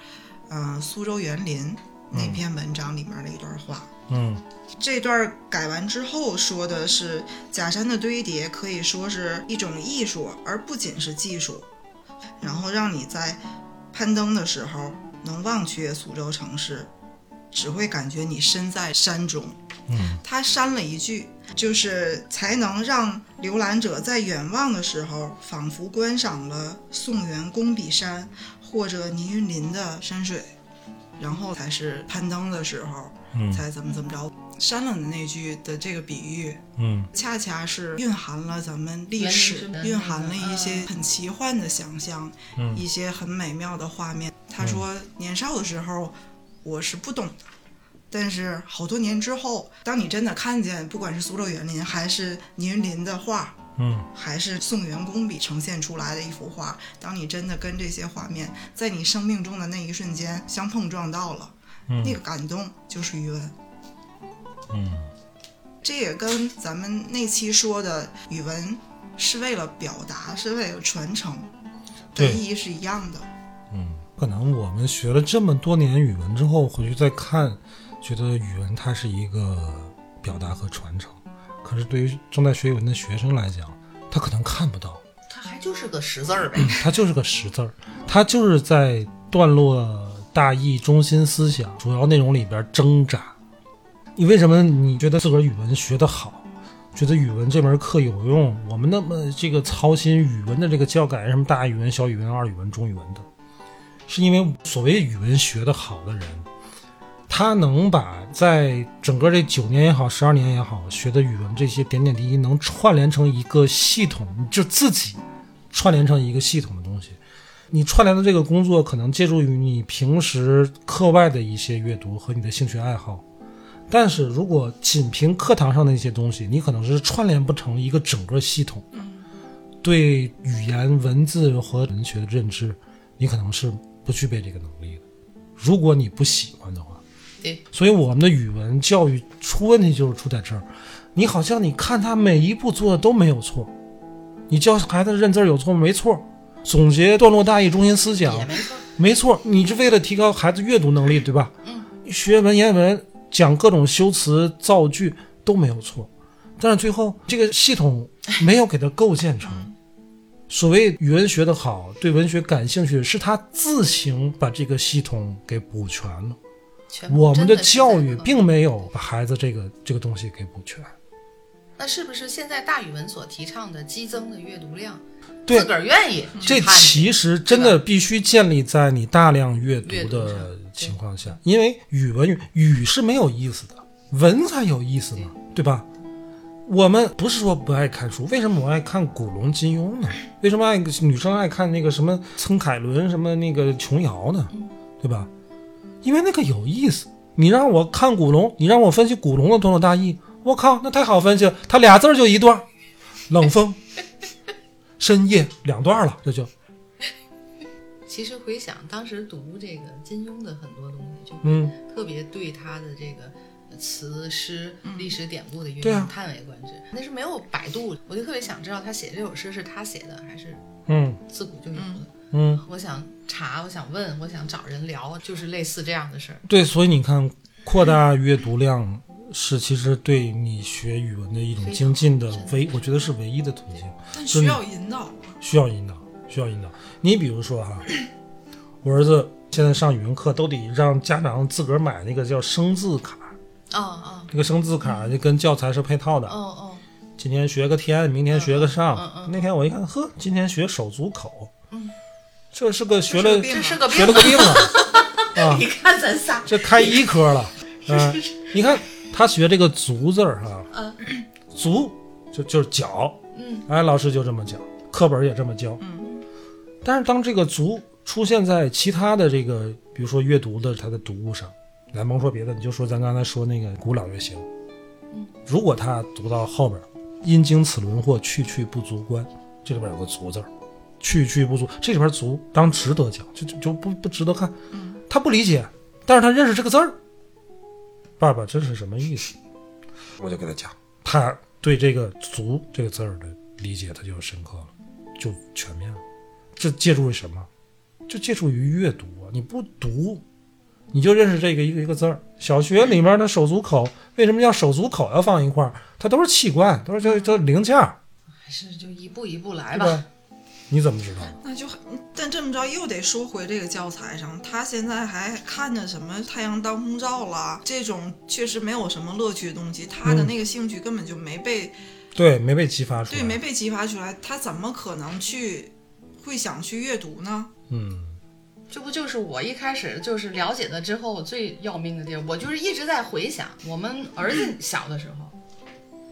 嗯、苏州园林那篇文章里面的一段话。嗯这段改完之后说的是，假山的堆叠可以说是一种艺术，而不仅是技术，然后让你在攀登的时候能忘却苏州城市，只会感觉你身在山中。嗯他删了一句，就是才能让浏览者在远望的时候，仿佛观赏了宋元工笔山或者倪云林的山水，然后才是攀登的时候嗯才怎么怎么着。删了的那句的这个比喻，嗯恰恰是蕴含了咱们历史原来，是蕴含了那个一些嗯很奇幻的想象，嗯一些很美妙的画面。他说，年少的时候我是不懂的，但是好多年之后，当你真的看见，不管是苏州园林，还是倪云林的画，嗯还是宋元工笔呈现出来的一幅画，当你真的跟这些画面在你生命中的那一瞬间相碰撞到了，嗯那个感动就是余温。嗯这也跟咱们那期说的语文是为了表达，是为了传承的对意义是一样的。嗯，可能我们学了这么多年语文之后，回去再看，觉得语文它是一个表达和传承，可是对于正在学语文的学生来讲，他可能看不到，它还就是个识字儿呗。他就是个识字儿，他就是在段落大意、中心思想、主要内容里边挣扎。你为什么你觉得自个儿语文学得好，觉得语文这门课有用？我们那么这个操心语文的这个教改，什么大语文、小语文、二语文、中语文的，是因为所谓语文学得好的人，他能把在整个这九年也好、十二年也好学的语文这些点点滴滴，能串联成一个系统，就自己串联成一个系统的东西。你串联的这个工作，可能借助于你平时课外的一些阅读和你的兴趣爱好，但是如果仅凭课堂上的一些东西，你可能是串联不成一个整个系统。对语言、文字和文学的认知，你可能是不具备这个能力的。如果你不喜欢的话，对，所以我们的语文教育出问题就是出在这儿。你好像你看他每一步做的都没有错，你教孩子认字儿有错吗？没错。总结段落大意、中心思想也没错。没错，你是为了提高孩子阅读能力，对吧？嗯，学文言文，讲各种修辞造句都没有错，但是最后这个系统没有给它构建成。嗯所谓语文学得好，对文学感兴趣，是他自行把这个系统给补全了。全部我们真的的是教在育这个并没有把孩子这个这个东西给补全。那是不是现在大语文所提倡的激增的阅读量，对自个儿愿意这去看其实真的必须建立在你大量阅阅读读上的情况下，因为语文语是没有意思的，文才有意思嘛，对吧？我们不是说不爱看书，为什么我爱看古龙、金庸呢？为什么爱女生爱看那个什么岑凯伦、什么那个琼瑶呢？对吧？因为那个有意思。你让我看古龙，你让我分析古龙的段落大意，我靠，那太好分析了，他俩字儿就一段儿，冷风、深夜两段儿了，这就其实回想当时读这个金庸的很多东西，就嗯。特别对他的这个词诗、历史典故的运对啊用叹为观止。那是没有百度，我就特别想知道他写这首诗是他写的还是嗯自古就有的。嗯，我想查，我想问，我想找人聊，就是类似这样的事儿。对，所以你看，扩大阅读量是其实对你学语文的一种精进的唯，我觉得是唯一的途径，但需要引导啊。需要引导，需要引导。你比如说哈，我儿子现在上语文课都得让家长自个儿买那个叫生字卡，哦哦这个生字卡就跟教材是配套的，哦哦，今天学个天，明天学个上。嗯嗯嗯那天我一看，呵，今天学手足口，这是个学了这是个病这是个病啊 <laughs> 学了。个病啊了。你看咱 <laughs> 仨，这开医科了， <laughs> 嗯、你看他学这个足字儿、哈，嗯足就就是脚，嗯，哎，老师就这么讲，课本也这么教，嗯，但是当这个足出现在其他的这个，比如说阅读的它的读物上，咱甭说别的，你就说咱刚才说那个古朗月行，嗯如果他读到后边儿，因经此轮惑，去去不足观，这里边有个足字儿。去去不足，这里边足当值得讲，就就就不不值得看。他不理解，但是他认识这个字儿。爸爸，这是什么意思？我就给他讲，他对这个“足”这个字儿的理解，他就深刻了，就全面了。这借助于什么？就借助于阅读啊！你不读，你就认识这个一个一个字儿。小学里面的手足口为什么叫手足口要放一块儿？它都是器官，都是叫叫零件儿，还是就一步一步来对吧。吧？你怎么知道？那就很但这么着又得说回这个教材上，他现在还看着什么太阳当空照啦，这种确实没有什么乐趣的东西，他的嗯那个兴趣根本就没被、对，没被激发出来。对没被激发出来，他怎么可能去会想去阅读呢？嗯。这不就是我一开始就是了解了之后最要命的地儿？我就是一直在回想我们儿子小的时候，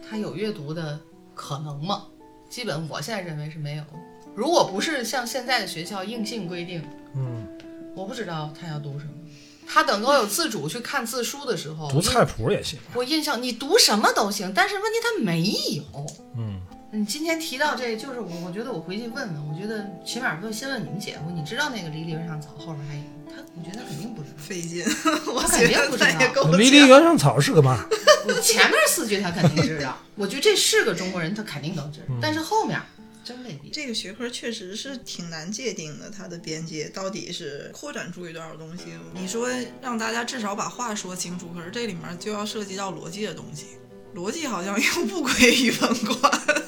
他有阅读的可能吗？基本我现在认为是没有。如果不是像现在的学校硬性规定，嗯，我不知道他要读什么。他等到有自主去看字书的时候，读菜谱也行。我印象你读什么都行，但是问题他没有。嗯，你今天提到这，就是我，我觉得我回去问问，我觉得起码问先问你们姐夫，你知道那个离离原上草后面还有他，我觉得他肯定不知道。费劲， <laughs> 我他觉肯定得不知咱也道够离呛离原上草是个嘛？我前面四句他肯定知道，我觉得这是个中国人，他肯定能知道，嗯但是后面真未必。这个学科确实是挺难界定的，它的边界到底是扩展出去多少东西？你说让大家至少把话说清楚，可是这里面就要涉及到逻辑的东西。逻辑好像又不归于文官。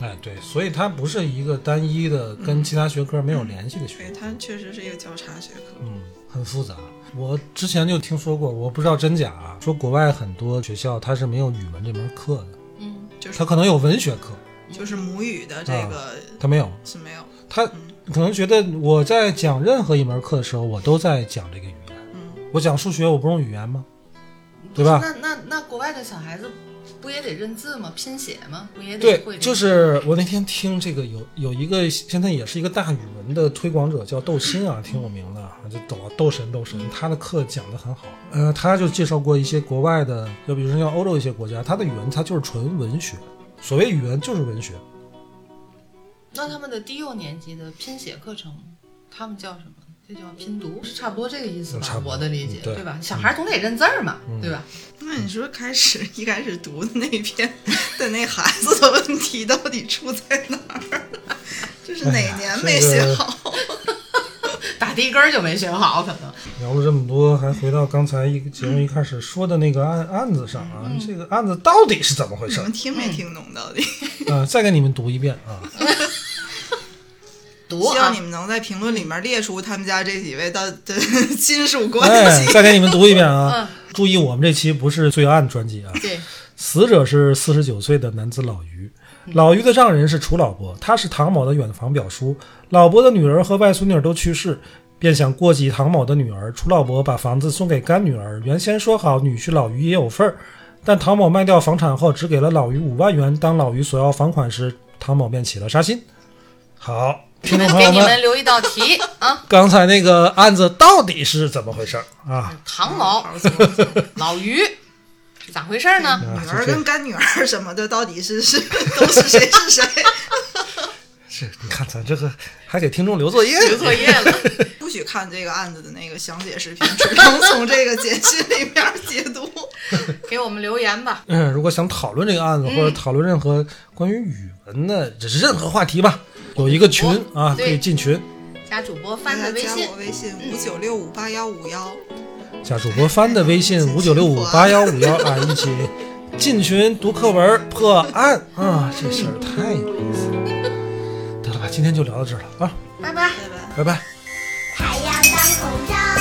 哎，对，所以它不是一个单一的跟其他学科没有联系的学嗯 <laughs> 对，科，它确实是一个交叉学科。嗯，很复杂。我之前就听说过，我不知道真假啊，说国外很多学校它是没有语文这门课的，嗯，就是它可能有文学课，就是母语的这个它没有。是没有，他可能觉得我在讲任何一门课的时候，我都在讲这个语言。嗯我讲数学，我不用语言吗？对吧那那那国外的小孩子不也得认字吗？拼写吗？不也得对会，吗？就是我那天听这个有有一个现在也是一个大语文的推广者叫窦鑫啊，挺有名的，就抖啊斗神斗神，他的课讲得很好。呃，他就介绍过一些国外的，就比如说像欧洲一些国家，他的语文它就是纯文学，所谓语文就是文学，那他们的低幼年级的拼写课程，他们叫什么？这叫拼读，是差不多这个意思嗯差吧不？多我的理解嗯，对吧？小孩总得认字儿嘛，对吧？那你说开始 <laughs> 一开始读的那篇的那孩子的问题到底出在哪儿？ <laughs> 这是哪年没学好？打地根儿就没学好，可能聊了这么多，还回到刚才一个节目一开始说的那个案案子上啊，这个案子到底是怎么回你事？们听没听懂？到底？呃，再给你们读一遍 <laughs> 啊，读希望啊你，们能在评论里面列出他们家这几位的 <laughs> 的亲属关哎，系。再给你们读一遍啊。注意，我们这期不是罪案专辑啊。对，死者是四十九岁的男子老于，老于的丈人是楚老伯，他是唐某的远房表叔。老伯的女儿和外孙女都去世，便想过继唐某的女儿。楚老伯把房子送给干女儿，原先说好女婿老于也有份儿，但唐某卖掉房产后只给了老于五万元。当老于索要房款时，唐某便起了杀心。好， <laughs> 听众朋给友你们，们留一道题啊。刚才那个案子到底是怎么回事儿啊？唐某好琢磨琢磨老于是咋回事呢？啊女就儿这跟干女儿什么的，到底是 <laughs> 是都是谁是谁？ <laughs> 是，你看咱这个还给听众留作业，留作业 <laughs> 了，不许看这个案子的那个详解视频，只能从这个简讯 <laughs> 里面解读。给我们留言吧。嗯，如果想讨论这个案子，或者讨论任何关于语文的，只是任何话题吧，有一个群啊，可对以进群，加主播翻的微大家信加我，微信五九六五八幺五幺，加主播帆的微信五九六五八幺五幺啊，一起进群读课文破案啊，这事儿太有意思了。得了吧，今天就聊到这儿了啊，拜拜。拜拜拜。拜。还要戴口罩。